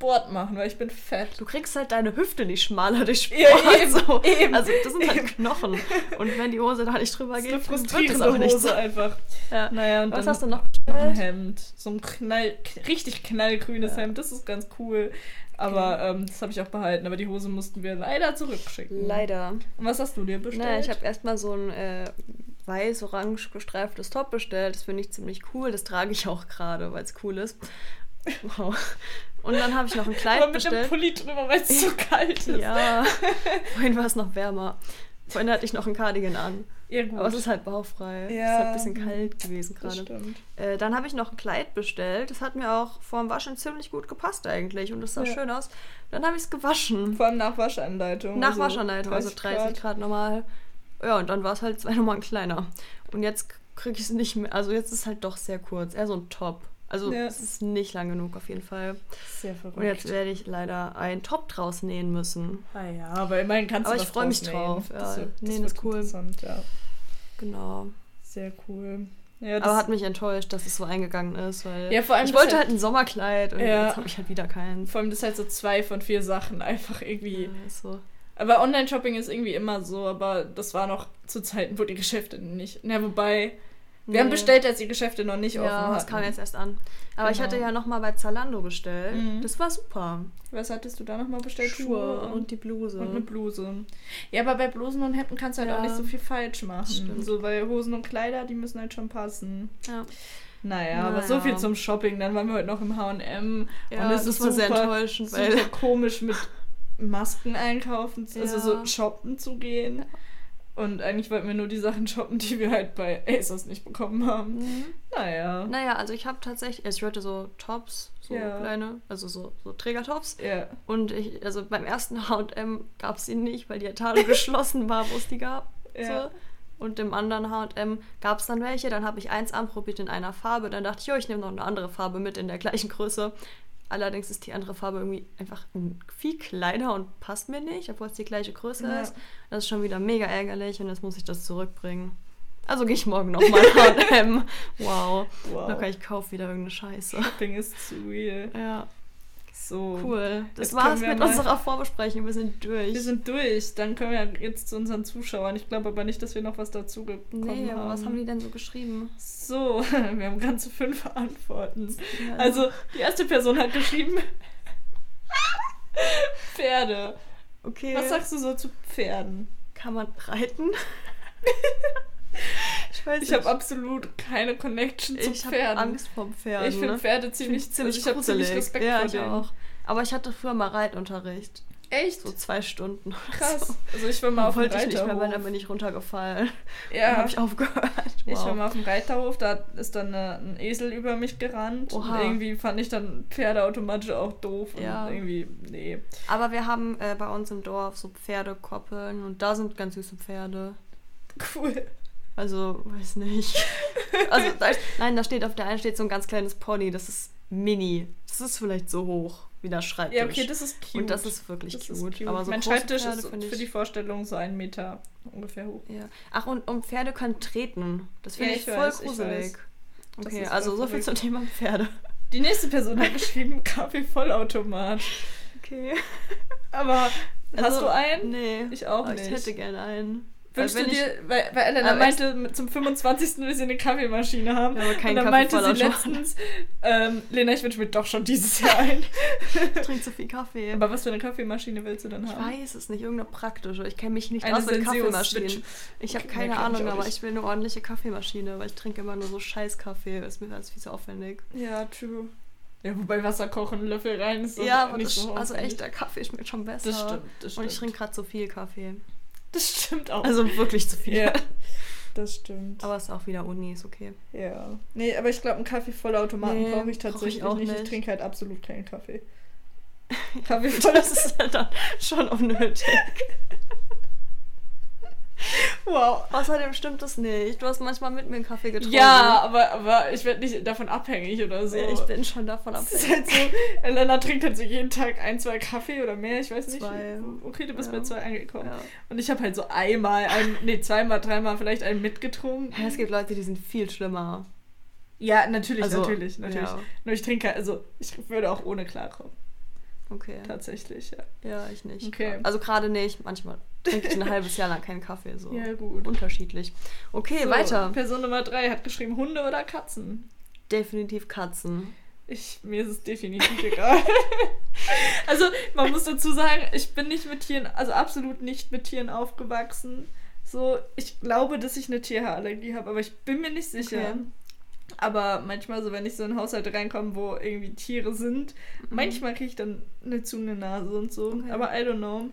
[SPEAKER 2] Sport machen, weil ich bin fett.
[SPEAKER 1] Du kriegst halt deine Hüfte nicht schmaler durch Sport.
[SPEAKER 2] Ja, eben,
[SPEAKER 1] so.
[SPEAKER 2] eben,
[SPEAKER 1] also das sind
[SPEAKER 2] eben.
[SPEAKER 1] halt Knochen. Und wenn die Hose da nicht drüber
[SPEAKER 2] Das ist
[SPEAKER 1] geht,
[SPEAKER 2] eine
[SPEAKER 1] dann wird es
[SPEAKER 2] frustrierende
[SPEAKER 1] auch nicht so.
[SPEAKER 2] Hose einfach.
[SPEAKER 1] Ja.
[SPEAKER 2] Naja, und
[SPEAKER 1] Was
[SPEAKER 2] dann
[SPEAKER 1] hast du noch
[SPEAKER 2] noch ein
[SPEAKER 1] bestellt?
[SPEAKER 2] Hemd. So ein knall, k- richtig knallgrünes Hemd, das ist ganz cool. Aber ähm, das habe ich auch behalten. Aber die Hose mussten wir leider zurückschicken.
[SPEAKER 1] Leider.
[SPEAKER 2] Und was hast du dir bestellt?
[SPEAKER 1] Na, Ne, ich habe erstmal so ein äh, weiß-orange gestreiftes Top bestellt. Das finde ich ziemlich cool. Das trage ich auch gerade, weil es cool ist. Wow. Und dann habe ich noch ein Kleid
[SPEAKER 2] Aber mit einem
[SPEAKER 1] bestellt.
[SPEAKER 2] Pulli drüber, weil es zu kalt ist.
[SPEAKER 1] Ja. Vorhin war es noch wärmer. Vorhin hatte ich noch ein Cardigan an.
[SPEAKER 2] ja gut.
[SPEAKER 1] Aber es ist halt bauchfrei. Es
[SPEAKER 2] Ja.
[SPEAKER 1] ist halt ein bisschen kalt gewesen
[SPEAKER 2] das
[SPEAKER 1] gerade.
[SPEAKER 2] stimmt.
[SPEAKER 1] Äh, dann habe ich noch ein Kleid bestellt. Das hat mir auch vorm Waschen ziemlich gut gepasst eigentlich. Und das sah
[SPEAKER 2] Ja.
[SPEAKER 1] schön aus. Dann habe ich es gewaschen.
[SPEAKER 2] Vor allem nach Waschanleitung.
[SPEAKER 1] Nach Waschanleitung, also 30 Grad,
[SPEAKER 2] Grad.
[SPEAKER 1] normal. Ja, und dann war es halt zwei Nummern kleiner. Und jetzt kriege ich es nicht mehr. Also jetzt ist es halt doch sehr kurz. Eher so ein Top. Also
[SPEAKER 2] Ja.
[SPEAKER 1] es ist nicht lang genug auf jeden Fall.
[SPEAKER 2] Sehr verrückt.
[SPEAKER 1] Und jetzt werde ich leider einen Top draus nähen müssen.
[SPEAKER 2] ah ja, aber immerhin kannst
[SPEAKER 1] Aber
[SPEAKER 2] du
[SPEAKER 1] ich
[SPEAKER 2] was
[SPEAKER 1] freu mich
[SPEAKER 2] draus nähen.
[SPEAKER 1] drauf, ja.
[SPEAKER 2] Das wird, das
[SPEAKER 1] Nähen
[SPEAKER 2] wird
[SPEAKER 1] ist cool.
[SPEAKER 2] interessant, ja.
[SPEAKER 1] Genau.
[SPEAKER 2] Sehr cool. Ja, das
[SPEAKER 1] Aber hat mich enttäuscht, dass es so eingegangen ist, weil
[SPEAKER 2] Ja, vor allem
[SPEAKER 1] ich
[SPEAKER 2] das
[SPEAKER 1] wollte
[SPEAKER 2] halt-
[SPEAKER 1] halt ein Sommerkleid und
[SPEAKER 2] Ja.
[SPEAKER 1] jetzt habe ich halt wieder keins.
[SPEAKER 2] vor allem das ist halt so zwei von vier Sachen einfach irgendwie.
[SPEAKER 1] Ja, ist so.
[SPEAKER 2] Aber Online-Shopping ist irgendwie immer so, aber das war noch zu Zeiten, wo die Geschäfte nicht. Na, wobei, Wir haben bestellt, als die Geschäfte noch nicht offen
[SPEAKER 1] Ja,
[SPEAKER 2] hatten.
[SPEAKER 1] das kam jetzt erst an. Aber ich hatte
[SPEAKER 2] Genau.
[SPEAKER 1] ja nochmal bei Zalando bestellt.
[SPEAKER 2] Mhm.
[SPEAKER 1] Das war super.
[SPEAKER 2] Was hattest du da nochmal bestellt?
[SPEAKER 1] und die Bluse.
[SPEAKER 2] und eine Bluse. Ja, aber bei Blusen und Hemden kannst du halt
[SPEAKER 1] Ja.
[SPEAKER 2] auch nicht so viel falsch machen.
[SPEAKER 1] Stimmt.
[SPEAKER 2] So, weil Hosen und Kleider, die müssen halt schon passen.
[SPEAKER 1] ja.
[SPEAKER 2] Naja, aber so
[SPEAKER 1] Naja.
[SPEAKER 2] viel zum Shopping. Dann waren wir heute noch im H&M
[SPEAKER 1] Ja,
[SPEAKER 2] und es
[SPEAKER 1] das
[SPEAKER 2] ist
[SPEAKER 1] war
[SPEAKER 2] super,
[SPEAKER 1] sehr enttäuschend,
[SPEAKER 2] super
[SPEAKER 1] weil-
[SPEAKER 2] komisch mit Masken einkaufen, zu- also
[SPEAKER 1] Ja.
[SPEAKER 2] so shoppen zu gehen. Und eigentlich wollten wir nur die Sachen shoppen, die wir halt bei ASOS nicht bekommen haben.
[SPEAKER 1] Mhm.
[SPEAKER 2] Naja.
[SPEAKER 1] Naja, also ich habe tatsächlich, also ich hatte so Tops, so
[SPEAKER 2] Ja.
[SPEAKER 1] kleine, also so, so Trägertops.
[SPEAKER 2] Ja.
[SPEAKER 1] Und ich, also beim ersten HM gab es die nicht, weil die Etage geschlossen war, wo es die gab.
[SPEAKER 2] Ja.
[SPEAKER 1] So. Und im anderen HM gab es dann welche. Dann habe ich eins anprobiert in einer Farbe. Dann dachte ich, jo, ich nehme noch eine andere Farbe mit in der gleichen Größe. Allerdings ist die andere Farbe irgendwie einfach viel kleiner und passt mir nicht, obwohl es die gleiche Größe
[SPEAKER 2] Ja.
[SPEAKER 1] ist. Das ist schon wieder mega ärgerlich und jetzt muss ich das zurückbringen. Also gehe ich morgen nochmal HM. Wow.
[SPEAKER 2] Wow.
[SPEAKER 1] Locker, ich kaufe wieder irgendeine Scheiße.
[SPEAKER 2] Shopping ist zu real.
[SPEAKER 1] Ja.
[SPEAKER 2] So.
[SPEAKER 1] Cool. Das
[SPEAKER 2] Jetzt
[SPEAKER 1] war's
[SPEAKER 2] können wir
[SPEAKER 1] mit
[SPEAKER 2] mal-
[SPEAKER 1] unserer Vorbesprechung. Wir sind durch.
[SPEAKER 2] Wir sind durch. Dann können wir jetzt zu unseren Zuschauern. Ich glaube aber nicht, dass wir noch was dazu gekommen ähm,
[SPEAKER 1] nee,
[SPEAKER 2] haben.
[SPEAKER 1] aber was haben die denn so geschrieben?
[SPEAKER 2] So, wir haben ganze fünf Antworten.
[SPEAKER 1] Ja.
[SPEAKER 2] Also, die erste Person hat geschrieben: Pferde.
[SPEAKER 1] Okay.
[SPEAKER 2] Was sagst du so zu Pferden?
[SPEAKER 1] Kann man reiten? ich weiß
[SPEAKER 2] Ich habe absolut keine Connection zu
[SPEAKER 1] ich habe
[SPEAKER 2] Pferden.
[SPEAKER 1] Angst vor Pferden.
[SPEAKER 2] ich finde
[SPEAKER 1] ne?
[SPEAKER 2] Pferde ziemlich, also
[SPEAKER 1] Find's ziemlich
[SPEAKER 2] ich habe ziemlich
[SPEAKER 1] gruselig.
[SPEAKER 2] Respekt
[SPEAKER 1] ja,
[SPEAKER 2] vor
[SPEAKER 1] ich
[SPEAKER 2] denen.
[SPEAKER 1] auch. Aber ich hatte früher mal Reitunterricht.
[SPEAKER 2] Echt?
[SPEAKER 1] So zwei Stunden. oder
[SPEAKER 2] Krass.
[SPEAKER 1] So.
[SPEAKER 2] Also ich war mal auf dem
[SPEAKER 1] wollte ich nicht mehr, weil dann
[SPEAKER 2] Reiterhof.
[SPEAKER 1] bin ich runtergefallen. Dann
[SPEAKER 2] Ja,
[SPEAKER 1] habe ich aufgehört. Wow.
[SPEAKER 2] ich war mal auf dem Reiterhof, da ist dann äh, ein Esel über mich gerannt. Und
[SPEAKER 1] Oha.
[SPEAKER 2] irgendwie fand ich dann Pferde automatisch auch doof.
[SPEAKER 1] Ja.
[SPEAKER 2] Und irgendwie, nee.
[SPEAKER 1] Aber wir haben äh, bei uns im Dorf so Pferdekoppeln und da sind ganz süße Pferde.
[SPEAKER 2] Cool.
[SPEAKER 1] Also, weiß nicht. Also, da, nein, da steht auf der einen steht so ein ganz kleines Pony. Das ist mini. Das ist vielleicht so hoch wie der Schreibtisch.
[SPEAKER 2] Ja, okay, das ist cute.
[SPEAKER 1] Und das ist wirklich
[SPEAKER 2] Das
[SPEAKER 1] cute.
[SPEAKER 2] ist cute.
[SPEAKER 1] Aber so
[SPEAKER 2] mein
[SPEAKER 1] große
[SPEAKER 2] Schreibtisch
[SPEAKER 1] Pferde
[SPEAKER 2] ist
[SPEAKER 1] finde
[SPEAKER 2] für die
[SPEAKER 1] ich,
[SPEAKER 2] Vorstellung so einen Meter ungefähr hoch.
[SPEAKER 1] ja. Ach, und, und Pferde können treten. Das finde
[SPEAKER 2] Ja,
[SPEAKER 1] ich
[SPEAKER 2] ich
[SPEAKER 1] voll
[SPEAKER 2] weiß, ich
[SPEAKER 1] gruselig.
[SPEAKER 2] Das
[SPEAKER 1] Okay,
[SPEAKER 2] ist
[SPEAKER 1] also
[SPEAKER 2] voll
[SPEAKER 1] so viel
[SPEAKER 2] verrückt.
[SPEAKER 1] zum Thema Pferde.
[SPEAKER 2] Die nächste Person hat geschrieben Kaffee-Vollautomat.
[SPEAKER 1] Okay.
[SPEAKER 2] Aber hast
[SPEAKER 1] Also,
[SPEAKER 2] du einen?
[SPEAKER 1] Nee.
[SPEAKER 2] Ich auch
[SPEAKER 1] aber Ich
[SPEAKER 2] nicht.
[SPEAKER 1] hätte gerne einen.
[SPEAKER 2] Wünschst
[SPEAKER 1] Weil
[SPEAKER 2] du
[SPEAKER 1] wenn ich-
[SPEAKER 2] dir, weil, weil Elena
[SPEAKER 1] Aber echt-
[SPEAKER 2] meinte, mit- zum 25. will sie eine Kaffeemaschine haben.
[SPEAKER 1] Ja, aber keinen
[SPEAKER 2] und dann meinte sie
[SPEAKER 1] Kaffee-Vollautomat.
[SPEAKER 2] letztens, ähm, Lena, ich wünsche mir doch schon dieses Jahr ein.
[SPEAKER 1] Ich trinke zu viel Kaffee.
[SPEAKER 2] Aber was für eine Kaffeemaschine willst du dann
[SPEAKER 1] ich
[SPEAKER 2] haben?
[SPEAKER 1] weiß es nicht, irgendeine praktische. Ich kenne mich nicht
[SPEAKER 2] Eine
[SPEAKER 1] aus mit
[SPEAKER 2] Senseo-Switch.
[SPEAKER 1] Kaffeemaschinen. Ich habe
[SPEAKER 2] Okay,
[SPEAKER 1] keine
[SPEAKER 2] mehr kenn ich
[SPEAKER 1] Ahnung,
[SPEAKER 2] auch
[SPEAKER 1] aber
[SPEAKER 2] nicht.
[SPEAKER 1] ich will eine ordentliche Kaffeemaschine, weil ich trinke immer nur so scheiß Kaffee. Ist mir alles viel zu aufwendig.
[SPEAKER 2] Ja, true. Ja, wobei Wasser kochen, Löffel rein ist doch
[SPEAKER 1] ja, aber
[SPEAKER 2] nicht
[SPEAKER 1] das,
[SPEAKER 2] so
[SPEAKER 1] also
[SPEAKER 2] aufwendig.
[SPEAKER 1] echter Kaffee schmeckt schon besser.
[SPEAKER 2] Das stimmt, das
[SPEAKER 1] Und ich
[SPEAKER 2] stimmt.
[SPEAKER 1] trinke gerade zu viel Kaffee.
[SPEAKER 2] Das stimmt auch.
[SPEAKER 1] Also wirklich zu viel.
[SPEAKER 2] ja, das stimmt.
[SPEAKER 1] Aber es ist auch wieder Uni, ist okay.
[SPEAKER 2] Ja. Nee, aber ich glaube, einen Kaffee voller Automaten
[SPEAKER 1] Nee,
[SPEAKER 2] brauche ich
[SPEAKER 1] brauch ich
[SPEAKER 2] tatsächlich
[SPEAKER 1] auch
[SPEAKER 2] nicht. Ich
[SPEAKER 1] nicht.
[SPEAKER 2] trinke halt absolut keinen Kaffee. Kaffee voller
[SPEAKER 1] Das ist ja dann schon unnötig.
[SPEAKER 2] Wow.
[SPEAKER 1] Außerdem stimmt das nicht. Du hast manchmal mit mir einen Kaffee getrunken.
[SPEAKER 2] Ja, aber, aber ich werde nicht davon abhängig oder so.
[SPEAKER 1] Ich bin schon davon
[SPEAKER 2] Das ist
[SPEAKER 1] abhängig.
[SPEAKER 2] halt so, Elena trinkt halt so jeden Tag ein, zwei Kaffee oder mehr, ich weiß nicht.
[SPEAKER 1] Zwei.
[SPEAKER 2] Okay, du bist
[SPEAKER 1] Ja.
[SPEAKER 2] bei zwei angekommen.
[SPEAKER 1] Ja.
[SPEAKER 2] Und ich habe halt so einmal, ein, nee, zweimal, dreimal vielleicht einen mitgetrunken.
[SPEAKER 1] Ja, es gibt Leute, die sind viel schlimmer.
[SPEAKER 2] Ja, natürlich,
[SPEAKER 1] Also,
[SPEAKER 2] natürlich, natürlich.
[SPEAKER 1] ja.
[SPEAKER 2] Nur ich trinke, also ich würde auch ohne klarkommen,
[SPEAKER 1] Okay.
[SPEAKER 2] tatsächlich, ja.
[SPEAKER 1] Ja, ich nicht.
[SPEAKER 2] Okay.
[SPEAKER 1] Also gerade nicht. Manchmal trinke ich ein halbes Jahr lang keinen Kaffee. So.
[SPEAKER 2] Ja, gut.
[SPEAKER 1] Unterschiedlich. Okay,
[SPEAKER 2] So,
[SPEAKER 1] weiter.
[SPEAKER 2] Person Nummer drei hat geschrieben, Hunde oder Katzen?
[SPEAKER 1] Definitiv Katzen.
[SPEAKER 2] Ich, mir ist es definitiv egal. also, man muss dazu sagen, ich bin nicht mit Tieren, also absolut nicht mit Tieren aufgewachsen. So, ich glaube, dass ich eine Tierhaarallergie habe, aber ich bin mir nicht sicher.
[SPEAKER 1] Okay.
[SPEAKER 2] Aber manchmal, so wenn ich so in Haushalte reinkomme, wo irgendwie Tiere sind, manchmal kriege ich dann eine zugende Nase und so.
[SPEAKER 1] Mhm. Okay.
[SPEAKER 2] Aber I don't know.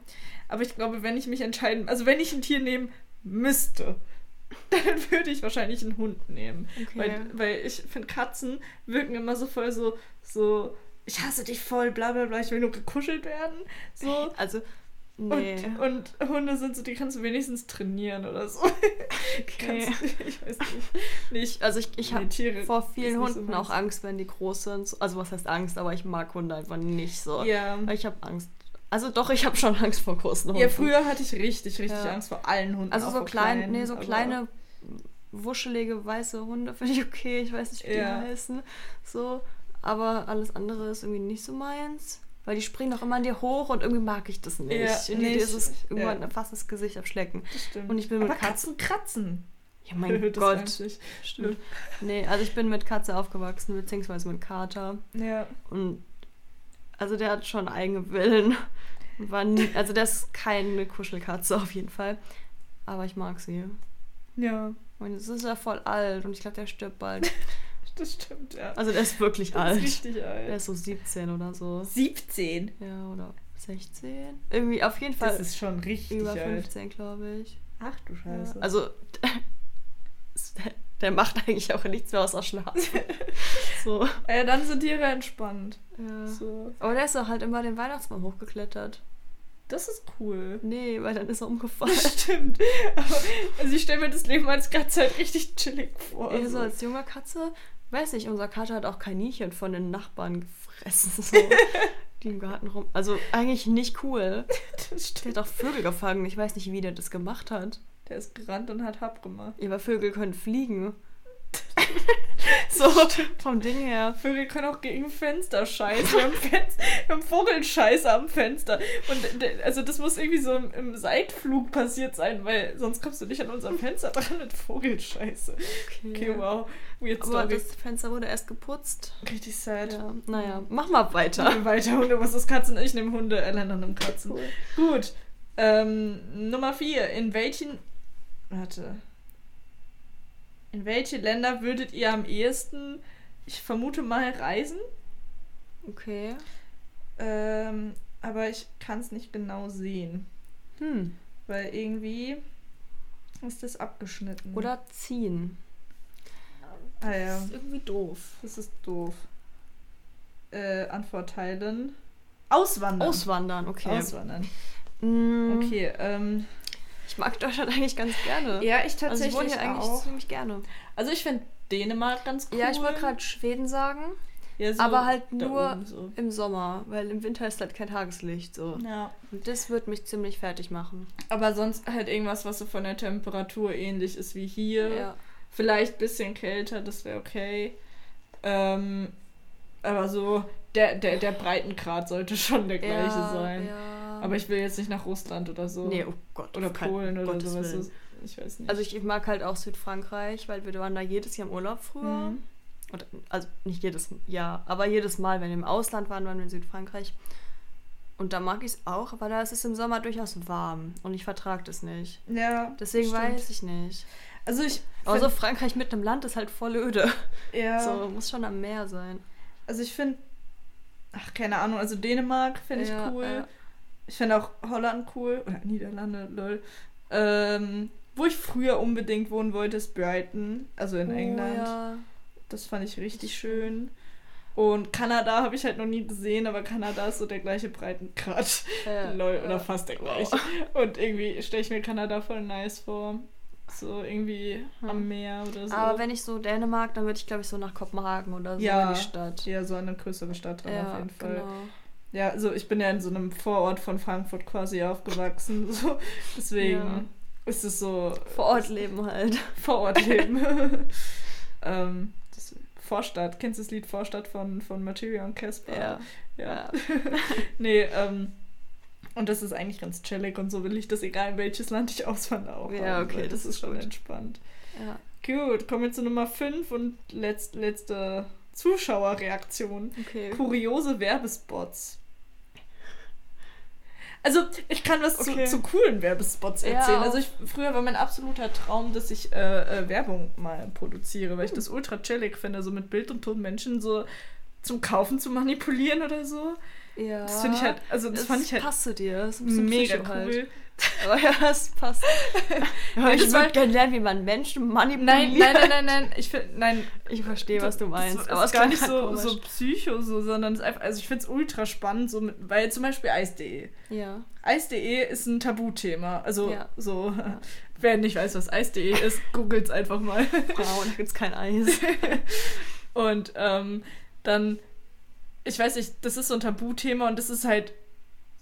[SPEAKER 2] Aber ich glaube, wenn ich mich entscheiden, also wenn ich ein Tier nehmen müsste, dann würde ich wahrscheinlich einen Hund nehmen.
[SPEAKER 1] Okay.
[SPEAKER 2] Weil, weil ich finde, Katzen wirken immer so voll so, so, ich hasse dich voll, bla bla bla, ich will nur gekuschelt werden. So.
[SPEAKER 1] Also, nee.
[SPEAKER 2] Und, und Hunde sind so, die kannst du wenigstens trainieren oder so.
[SPEAKER 1] Okay.
[SPEAKER 2] Kannst, ich weiß nicht. Nee, ich,
[SPEAKER 1] Also ich, ich
[SPEAKER 2] Nee,
[SPEAKER 1] habe
[SPEAKER 2] Tiere
[SPEAKER 1] vor
[SPEAKER 2] ist
[SPEAKER 1] vielen
[SPEAKER 2] nicht so
[SPEAKER 1] Hunden
[SPEAKER 2] meins.
[SPEAKER 1] auch Angst, wenn die groß sind. Also was heißt Angst, aber ich mag Hunde einfach nicht so.
[SPEAKER 2] ja.
[SPEAKER 1] Weil Ich habe Angst. Also doch, ich habe schon Angst vor großen Hunden.
[SPEAKER 2] ja, früher hatte ich richtig, richtig
[SPEAKER 1] Ja.
[SPEAKER 2] Angst vor allen Hunden.
[SPEAKER 1] Also
[SPEAKER 2] auch
[SPEAKER 1] so
[SPEAKER 2] vor
[SPEAKER 1] klein,
[SPEAKER 2] kleinen,
[SPEAKER 1] nee, so
[SPEAKER 2] aber-
[SPEAKER 1] kleine wuschelige weiße Hunde finde ich okay. Ich weiß nicht, wie
[SPEAKER 2] Ja.
[SPEAKER 1] die heißen. So, aber alles andere ist irgendwie nicht so meins. Weil die springen doch immer an dir hoch und irgendwie mag ich das nicht.
[SPEAKER 2] Ja,
[SPEAKER 1] Ja, nee,
[SPEAKER 2] nee,
[SPEAKER 1] ist es
[SPEAKER 2] ich-
[SPEAKER 1] irgendwann
[SPEAKER 2] ja.
[SPEAKER 1] fast das Gesicht abschlecken.
[SPEAKER 2] Das stimmt.
[SPEAKER 1] Und ich bin
[SPEAKER 2] aber
[SPEAKER 1] mit Katzen-
[SPEAKER 2] Katzen kratzen.
[SPEAKER 1] Ja, mein
[SPEAKER 2] Das
[SPEAKER 1] Gott.
[SPEAKER 2] reimt nicht.
[SPEAKER 1] Stimmt. Nee, also ich bin mit Katze aufgewachsen, beziehungsweise mit Kater.
[SPEAKER 2] Ja.
[SPEAKER 1] Und also der hat schon eigene Willen. Und War nie, also der ist keine Kuschelkatze auf jeden Fall. Aber ich mag sie.
[SPEAKER 2] Ja.
[SPEAKER 1] Und jetzt ist er voll alt und ich glaube, der stirbt bald.
[SPEAKER 2] Das stimmt, ja.
[SPEAKER 1] Also der ist wirklich
[SPEAKER 2] das ist
[SPEAKER 1] alt.
[SPEAKER 2] richtig alt.
[SPEAKER 1] Der ist so 17 oder so.
[SPEAKER 2] 17.
[SPEAKER 1] Ja, oder 16? Irgendwie auf jeden Fall
[SPEAKER 2] Das ist schon richtig
[SPEAKER 1] Äh, über
[SPEAKER 2] alt.
[SPEAKER 1] 15, glaube ich.
[SPEAKER 2] Ach du
[SPEAKER 1] Ja.
[SPEAKER 2] Scheiße.
[SPEAKER 1] Also der macht eigentlich auch nichts mehr außer schlafen. so.
[SPEAKER 2] ja, äh, dann sind Tiere entspannt.
[SPEAKER 1] Ja.
[SPEAKER 2] So.
[SPEAKER 1] Aber der ist auch halt immer den Weihnachtsbaum hochgeklettert.
[SPEAKER 2] Das ist cool.
[SPEAKER 1] Nee, weil dann ist er umgefallen.
[SPEAKER 2] Das stimmt. Aber, also ich stelle mir das Leben als Katze halt richtig chillig vor.
[SPEAKER 1] Er so
[SPEAKER 2] so.
[SPEAKER 1] als junger Katze, weiß nicht, unser Kater hat auch Kaninchen von den Nachbarn gefressen, so, die im Garten rum. Also eigentlich nicht cool.
[SPEAKER 2] Das
[SPEAKER 1] Der
[SPEAKER 2] stimmt.
[SPEAKER 1] hat auch Vögel gefangen. Ich weiß nicht, wie der das gemacht hat.
[SPEAKER 2] Der ist gerannt und hat Hab gemacht.
[SPEAKER 1] Ja, aber Vögel können fliegen. so, vom Ding her.
[SPEAKER 2] Vögel können auch gegen Fenster scheißen. Wir haben, Fenster, wir haben Vogelscheiße am Fenster. Und de- also das muss irgendwie so im, im Seitflug passiert sein, weil sonst kommst du nicht an unser Fenster dran mit Vogelscheiße. Okay, wow. Weird
[SPEAKER 1] Aber
[SPEAKER 2] Story.
[SPEAKER 1] das Fenster wurde erst geputzt.
[SPEAKER 2] Richtig sad.
[SPEAKER 1] Ja, naja, mach mal weiter.
[SPEAKER 2] Nehmen wir weiter. Hunde, was ist Katzen? Ich nehme Hunde. Elena nimmt Katzen.
[SPEAKER 1] Cool.
[SPEAKER 2] Gut. Ähm, Nummer 4. In welchen. Warte. In welche Länder würdet ihr am ehesten, ich vermute mal, reisen?
[SPEAKER 1] Okay.
[SPEAKER 2] Ähm, aber ich kann es nicht genau sehen.
[SPEAKER 1] Hm.
[SPEAKER 2] Weil irgendwie ist das abgeschnitten.
[SPEAKER 1] Oder ziehen.
[SPEAKER 2] Ah ja,
[SPEAKER 1] ist irgendwie doof.
[SPEAKER 2] das ist doof. Äh, Antwort teilen. Auswandern.
[SPEAKER 1] Auswandern, okay.
[SPEAKER 2] Auswandern.
[SPEAKER 1] Mm,
[SPEAKER 2] Okay, ähm.
[SPEAKER 1] Ich mag Deutschland eigentlich ganz gerne.
[SPEAKER 2] Ja, ich
[SPEAKER 1] Also ich
[SPEAKER 2] tatsächlich
[SPEAKER 1] wohne hier eigentlich
[SPEAKER 2] auch.
[SPEAKER 1] ziemlich gerne.
[SPEAKER 2] Also ich finde Dänemark ganz cool.
[SPEAKER 1] Ja, ich wollte gerade Schweden sagen,
[SPEAKER 2] Ja, so
[SPEAKER 1] aber halt
[SPEAKER 2] da
[SPEAKER 1] nur-
[SPEAKER 2] oben so.
[SPEAKER 1] im Sommer, weil im Winter ist halt kein Tageslicht so.
[SPEAKER 2] Ja.
[SPEAKER 1] Und das wird mich ziemlich fertig machen.
[SPEAKER 2] Aber sonst halt irgendwas, was so von der Temperatur ähnlich ist wie hier.
[SPEAKER 1] Ja.
[SPEAKER 2] Vielleicht ein bisschen kälter, das wäre okay. Ähm, aber so, der, der, der Breitengrad sollte schon der gleiche
[SPEAKER 1] ja,
[SPEAKER 2] sein.
[SPEAKER 1] Ja.
[SPEAKER 2] Aber ich will jetzt nicht nach Russland oder so.
[SPEAKER 1] nee, oh Gott,
[SPEAKER 2] oder
[SPEAKER 1] auf keinen-
[SPEAKER 2] Polen oder
[SPEAKER 1] Gottes
[SPEAKER 2] sowas.
[SPEAKER 1] Willen.
[SPEAKER 2] Das- Ich weiß nicht.
[SPEAKER 1] Also ich, ich mag halt auch Südfrankreich, weil wir waren da jedes Jahr im Urlaub früher.
[SPEAKER 2] Mhm.
[SPEAKER 1] Und, also nicht jedes Jahr, aber jedes Mal, wenn wir im Ausland waren, waren wir in Südfrankreich. Und da mag ich es auch, aber da ist es im Sommer durchaus warm und ich vertrage das nicht.
[SPEAKER 2] Ja.
[SPEAKER 1] Deswegen
[SPEAKER 2] stimmt.
[SPEAKER 1] weiß ich nicht.
[SPEAKER 2] Also ich.
[SPEAKER 1] Aber so
[SPEAKER 2] find-
[SPEAKER 1] Frankreich mit einem Land ist halt voll öde.
[SPEAKER 2] ja.
[SPEAKER 1] So, muss schon am Meer sein.
[SPEAKER 2] Also ich finde. Ach, keine Ahnung. Also Dänemark finde ich
[SPEAKER 1] Ja,
[SPEAKER 2] cool.
[SPEAKER 1] ja.
[SPEAKER 2] Ich finde auch Holland cool. Oder Niederlande, lol. Ähm, wo ich früher unbedingt wohnen wollte, ist Brighton. Also in England.
[SPEAKER 1] Oh, ja.
[SPEAKER 2] Das fand ich richtig schön. Und Kanada habe ich halt noch nie gesehen, aber Kanada ist so der gleiche Breitengrad.
[SPEAKER 1] Ja,
[SPEAKER 2] Lol, oder
[SPEAKER 1] ja.
[SPEAKER 2] fast der gleiche. Und irgendwie stelle ich mir Kanada voll nice vor. So irgendwie am
[SPEAKER 1] Hm.
[SPEAKER 2] Meer oder so.
[SPEAKER 1] Aber wenn ich so Dänemark, dann würde ich glaube ich so nach Kopenhagen oder so
[SPEAKER 2] Ja.
[SPEAKER 1] in die Stadt.
[SPEAKER 2] ja, so eine größere Stadt dran auf jeden Fall.
[SPEAKER 1] genau.
[SPEAKER 2] Ja, also ich bin ja in so einem Vorort von Frankfurt quasi aufgewachsen. So. Deswegen
[SPEAKER 1] Ja.
[SPEAKER 2] ist es so.
[SPEAKER 1] Vor Ort leben halt.
[SPEAKER 2] Vor Ort leben. ähm, das Vorstadt. Kennst du das Lied Vorstadt von, von Material und Casper?
[SPEAKER 1] Ja.
[SPEAKER 2] Ja. nee, ähm. Und das ist eigentlich ganz chillig und so will ich das, egal in welches Land ich auswandere, auch.
[SPEAKER 1] Ja,
[SPEAKER 2] haben,
[SPEAKER 1] okay,
[SPEAKER 2] weil
[SPEAKER 1] das ist
[SPEAKER 2] schon
[SPEAKER 1] gut.
[SPEAKER 2] entspannt.
[SPEAKER 1] ja.
[SPEAKER 2] Gut, kommen wir zu Nummer 5 und letzt, letzte Zuschauerreaktion.
[SPEAKER 1] Okay.
[SPEAKER 2] Kuriose Werbespots. Also, ich kann was
[SPEAKER 1] Okay.
[SPEAKER 2] zu, zu coolen Werbespots
[SPEAKER 1] Ja,
[SPEAKER 2] erzählen.
[SPEAKER 1] auch.
[SPEAKER 2] Also, ich, früher war mein absoluter Traum, dass ich äh, äh, Werbung mal produziere, weil
[SPEAKER 1] Hm.
[SPEAKER 2] ich das ultra chillig finde, so mit Bild und Ton Menschen so zum Kaufen zu manipulieren oder so.
[SPEAKER 1] Ja.
[SPEAKER 2] Das finde ich halt, also das, fand ich halt
[SPEAKER 1] passt zu dir. Das ist ein bisschen
[SPEAKER 2] mega
[SPEAKER 1] Psycho
[SPEAKER 2] cool.
[SPEAKER 1] halt. Aber ja, es passt. Aber ich
[SPEAKER 2] Das war-
[SPEAKER 1] würde gerne lernen, wie man Menschen manipuliert.
[SPEAKER 2] Nein, nein, nein, nein, nein, ich finde, nein,
[SPEAKER 1] Ich verstehe, was du meinst.
[SPEAKER 2] Das ist
[SPEAKER 1] aber es
[SPEAKER 2] gar
[SPEAKER 1] klingt
[SPEAKER 2] nicht
[SPEAKER 1] halt
[SPEAKER 2] so,
[SPEAKER 1] komisch.
[SPEAKER 2] so psycho, so, sondern es ist einfach, also ich finde es ultra spannend, so mit, weil zum Beispiel Eis.de.
[SPEAKER 1] Ja.
[SPEAKER 2] Eis.de ist ein Tabuthema. Also
[SPEAKER 1] Ja.
[SPEAKER 2] so, wer nicht weiß, was Eis.de ist, googelt's einfach mal.
[SPEAKER 1] Wow, da gibt's kein Eis.
[SPEAKER 2] Und ähm, dann, ich weiß nicht, das ist so ein Tabuthema und das ist halt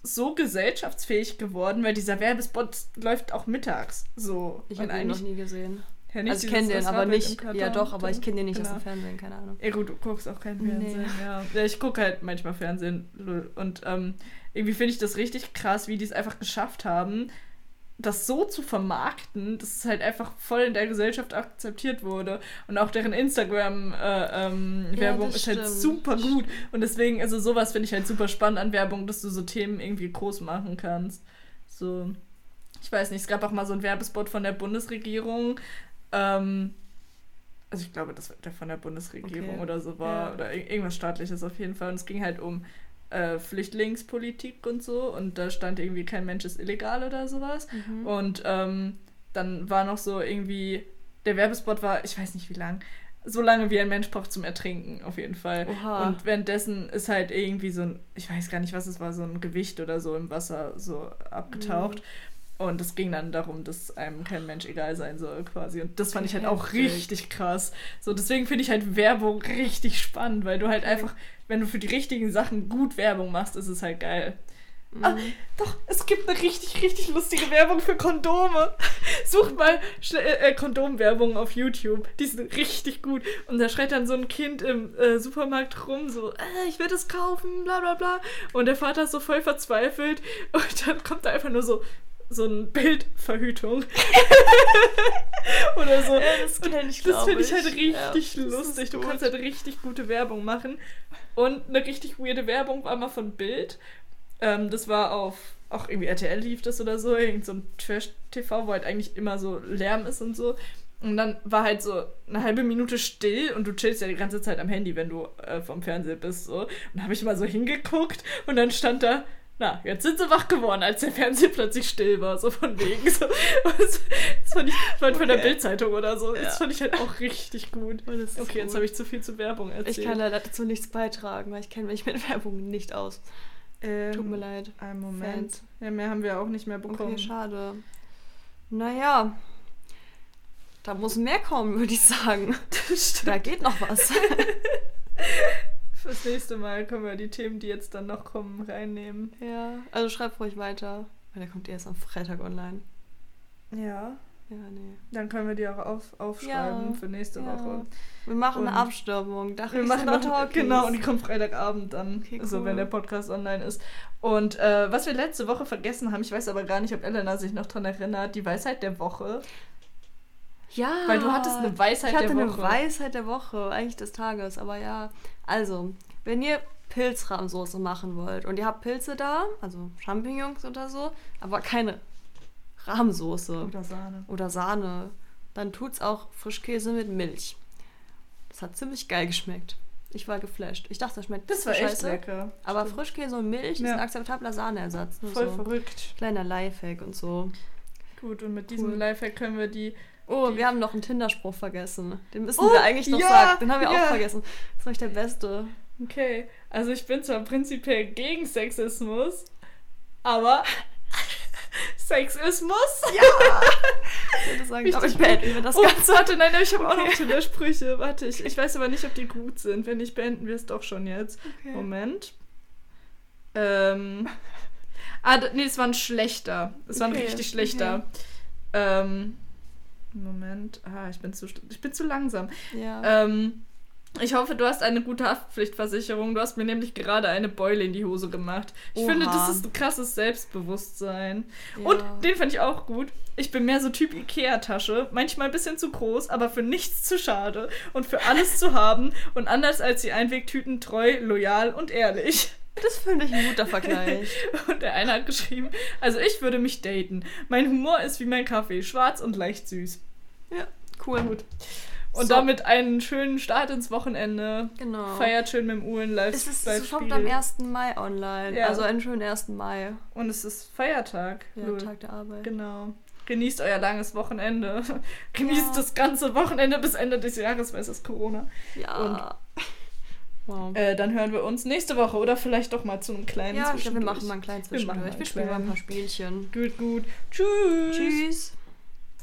[SPEAKER 2] so gesellschaftsfähig geworden, weil dieser Werbespot läuft auch mittags. So.
[SPEAKER 1] Ich
[SPEAKER 2] und
[SPEAKER 1] habe ihn noch
[SPEAKER 2] eigentlich
[SPEAKER 1] nie gesehen.
[SPEAKER 2] Ja, nicht
[SPEAKER 1] Also ich
[SPEAKER 2] dieses,
[SPEAKER 1] kenne den,
[SPEAKER 2] was
[SPEAKER 1] aber
[SPEAKER 2] Rabbit im
[SPEAKER 1] nicht.
[SPEAKER 2] Karton
[SPEAKER 1] Ja doch, aber
[SPEAKER 2] und
[SPEAKER 1] ich kenne den nicht aus
[SPEAKER 2] genau.
[SPEAKER 1] dem Fernsehen, keine Ahnung.
[SPEAKER 2] Ja gut, du guckst auch kein
[SPEAKER 1] Nee.
[SPEAKER 2] Fernsehen, ja. ja. Ich gucke halt manchmal Fernsehen lol. und ähm, irgendwie finde ich das richtig krass, wie die es einfach geschafft haben, das so zu vermarkten, dass es halt einfach voll in der Gesellschaft akzeptiert wurde. Und auch deren Instagram-Werbung äh, ähm,
[SPEAKER 1] Ja,
[SPEAKER 2] Werbung
[SPEAKER 1] das
[SPEAKER 2] ist halt
[SPEAKER 1] stimmt.
[SPEAKER 2] super gut. Und deswegen, also sowas finde ich halt super spannend an Werbung, dass du so Themen irgendwie groß machen kannst. So, ich weiß nicht, es gab auch mal so einen Werbespot von der Bundesregierung. Ähm, also ich glaube, das war der von der Bundesregierung
[SPEAKER 1] Okay.
[SPEAKER 2] oder so war.
[SPEAKER 1] Ja.
[SPEAKER 2] Oder ir- irgendwas staatliches auf jeden Fall. Und es ging halt um äh, Flüchtlingspolitik und so. Und da stand irgendwie, kein Mensch ist illegal oder sowas.
[SPEAKER 1] Mhm.
[SPEAKER 2] Und ähm, dann war noch so irgendwie, der Werbespot war, ich weiß nicht wie lang, so lange wie ein Mensch braucht zum Ertrinken, auf jeden Fall.
[SPEAKER 1] Oha.
[SPEAKER 2] Und währenddessen ist halt irgendwie so ein, ich weiß gar nicht, was es war, so ein Gewicht oder so im Wasser so
[SPEAKER 1] Mhm.
[SPEAKER 2] abgetaucht. Und es ging dann darum, dass einem kein Mensch egal sein soll, quasi. Und das fand ich halt auch
[SPEAKER 1] Heftig.
[SPEAKER 2] richtig krass. So, deswegen finde ich halt Werbung richtig spannend, weil du halt einfach, wenn du für die richtigen Sachen gut Werbung machst, ist es halt geil. Ah,
[SPEAKER 1] Mhm.
[SPEAKER 2] doch, es gibt eine richtig, richtig lustige Werbung für Kondome. Sucht mal schnell- äh, äh, Kondomwerbung auf YouTube. Die sind richtig gut. Und da schreit dann so ein Kind im äh, Supermarkt rum, so, äh, ich will das kaufen, bla bla bla. Und der Vater ist so voll verzweifelt. Und dann kommt da einfach nur so, so ein Bild Verhütung. Oder so.
[SPEAKER 1] Ja, das kenn ich,
[SPEAKER 2] Das
[SPEAKER 1] glaub
[SPEAKER 2] finde ich halt
[SPEAKER 1] ich. Ja,
[SPEAKER 2] richtig
[SPEAKER 1] das ist
[SPEAKER 2] lustig. Du
[SPEAKER 1] gut.
[SPEAKER 2] kannst halt richtig gute Werbung machen. Und eine richtig weirde Werbung war mal von Bild. Ähm, das war auf, auch irgendwie RTL lief das oder so, irgend so ein Trash-TV, wo halt eigentlich immer so Lärm ist und so. Und dann war halt so eine halbe Minute still und du chillst ja die ganze Zeit am Handy, wenn du äh, vom Fernseher bist. So. Und da habe ich mal so hingeguckt und dann stand da, na, jetzt sind sie wach geworden, als der Fernseher plötzlich still war, so von wegen. So. Und Das, das fand ich, das war von der
[SPEAKER 1] Okay.
[SPEAKER 2] Bildzeitung oder so.
[SPEAKER 1] Ja.
[SPEAKER 2] Das fand ich halt auch richtig gut.
[SPEAKER 1] Oh, das ist
[SPEAKER 2] Okay, jetzt
[SPEAKER 1] gut.
[SPEAKER 2] habe ich zu viel zu Werbung erzählt.
[SPEAKER 1] Ich kann leider dazu nichts beitragen, weil ich kenne mich mit Werbung nicht aus. Tut
[SPEAKER 2] Mhm.
[SPEAKER 1] mir leid.
[SPEAKER 2] Einen
[SPEAKER 1] Ähm, Moment. Fans.
[SPEAKER 2] Ja, mehr haben wir auch nicht mehr
[SPEAKER 1] Okay, schade. Naja, da muss mehr kommen, würde ich sagen. Da geht noch was.
[SPEAKER 2] Fürs nächste Mal können wir die Themen, die jetzt dann noch kommen, reinnehmen.
[SPEAKER 1] ja, also schreib ruhig weiter. Weil der kommt erst am Freitag online.
[SPEAKER 2] Ja.
[SPEAKER 1] Ja, nee.
[SPEAKER 2] Dann können wir die auch auf, aufschreiben
[SPEAKER 1] Ja,
[SPEAKER 2] für nächste
[SPEAKER 1] ja.
[SPEAKER 2] Woche.
[SPEAKER 1] Wir machen eine
[SPEAKER 2] Und-
[SPEAKER 1] Abstimmung. Da
[SPEAKER 2] Wir
[SPEAKER 1] kriegst
[SPEAKER 2] machen
[SPEAKER 1] du noch
[SPEAKER 2] noch,
[SPEAKER 1] Talkies.
[SPEAKER 2] genau, und die kommt Freitagabend dann,
[SPEAKER 1] Okay,
[SPEAKER 2] so
[SPEAKER 1] cool.
[SPEAKER 2] wenn der Podcast online ist. Und äh, was wir letzte Woche vergessen haben, ich weiß aber gar nicht, ob Elena sich noch dran erinnert, die Weisheit der Woche.
[SPEAKER 1] Ja.
[SPEAKER 2] Weil du hattest eine Weisheit
[SPEAKER 1] ich hatte
[SPEAKER 2] der
[SPEAKER 1] eine
[SPEAKER 2] Woche.
[SPEAKER 1] Weisheit der Woche, eigentlich des Tages, aber ja. Also, wenn ihr Pilzrahmsoße machen wollt und ihr habt Pilze da, also Champignons oder so, aber keine Rahmsoße
[SPEAKER 2] Oder Sahne.
[SPEAKER 1] oder Sahne, dann tut's auch Frischkäse mit Milch. Das hat ziemlich geil geschmeckt. Ich war geflasht. Ich dachte, das schmeckt
[SPEAKER 2] Das war echt
[SPEAKER 1] scheiße.
[SPEAKER 2] lecker.
[SPEAKER 1] Aber
[SPEAKER 2] Stimmt.
[SPEAKER 1] Frischkäse und Milch ist
[SPEAKER 2] Ja.
[SPEAKER 1] ein akzeptabler Sahneersatz. Nur
[SPEAKER 2] voll
[SPEAKER 1] so.
[SPEAKER 2] verrückt.
[SPEAKER 1] Kleiner Lifehack und so.
[SPEAKER 2] Gut, und mit diesem
[SPEAKER 1] Cool.
[SPEAKER 2] Lifehack können wir die
[SPEAKER 1] Oh,
[SPEAKER 2] Die-
[SPEAKER 1] wir haben noch einen Tinderspruch vergessen. Den müssen
[SPEAKER 2] Oh,
[SPEAKER 1] wir eigentlich noch
[SPEAKER 2] ja,
[SPEAKER 1] sagen. Den haben wir
[SPEAKER 2] ja.
[SPEAKER 1] auch vergessen. Das ist euch der Beste.
[SPEAKER 2] Okay, also ich bin zwar prinzipiell gegen Sexismus, aber Sexismus? Ja,
[SPEAKER 1] Ich würde sagen,
[SPEAKER 2] Richtig
[SPEAKER 1] aber ich beenden wir das
[SPEAKER 2] oh,
[SPEAKER 1] Ganze.
[SPEAKER 2] warte, nein, nein, ich habe auch
[SPEAKER 1] Okay.
[SPEAKER 2] noch Tinder-Sprüche. Warte, ich, ich weiß aber nicht, ob die gut sind. Wenn nicht, beenden wir es doch schon jetzt. Moment. Ähm. Ah, d- nee, es war ein schlechter. Es war ein
[SPEAKER 1] Okay,
[SPEAKER 2] richtig schlechter. Ähm. Moment. Ah, ich bin zu, st- ich bin zu langsam.
[SPEAKER 1] Ja.
[SPEAKER 2] Ähm, ich hoffe, du hast eine gute Haftpflichtversicherung. Du hast mir nämlich gerade eine Beule in die Hose gemacht. Ich
[SPEAKER 1] Oha.
[SPEAKER 2] finde, das ist ein krasses Selbstbewusstsein.
[SPEAKER 1] ja.
[SPEAKER 2] Und den fand ich auch gut. Ich bin mehr so Typ Ikea-Tasche. Manchmal ein bisschen zu groß, aber für nichts zu schade. Und für alles zu haben. Und anders als die Einwegtüten treu, loyal und ehrlich.
[SPEAKER 1] Das finde ich ein guter Vergleich.
[SPEAKER 2] Und der eine hat geschrieben, also ich würde mich daten. Mein Humor ist wie mein Kaffee, schwarz und leicht süß.
[SPEAKER 1] ja, cool.
[SPEAKER 2] Gut. Und
[SPEAKER 1] So.
[SPEAKER 2] damit einen schönen Start ins Wochenende.
[SPEAKER 1] Genau.
[SPEAKER 2] Feiert schön mit dem Uhlen live.
[SPEAKER 1] Es ist,
[SPEAKER 2] live
[SPEAKER 1] es kommt am 1. Mai online.
[SPEAKER 2] Ja.
[SPEAKER 1] Also einen schönen 1. Mai.
[SPEAKER 2] Und es ist Feiertag.
[SPEAKER 1] Ja,
[SPEAKER 2] Lul.
[SPEAKER 1] Tag der Arbeit.
[SPEAKER 2] Genau. Genießt euer langes Wochenende. Genießt
[SPEAKER 1] Ja.
[SPEAKER 2] das ganze Wochenende bis Ende des Jahres, weil es ist Corona.
[SPEAKER 1] Ja. wow.
[SPEAKER 2] Äh, dann hören wir uns nächste Woche oder vielleicht doch mal zu einem kleinen
[SPEAKER 1] Ja, ich glaube, wir
[SPEAKER 2] Zwischendurch.
[SPEAKER 1] machen mal einen kleinen
[SPEAKER 2] Wir machen mal
[SPEAKER 1] Zwischendurch. Wir,
[SPEAKER 2] einen
[SPEAKER 1] spielen mal ein
[SPEAKER 2] kleinen.
[SPEAKER 1] paar Spielchen.
[SPEAKER 2] Gut, gut. Tschüss.
[SPEAKER 1] Tschüss.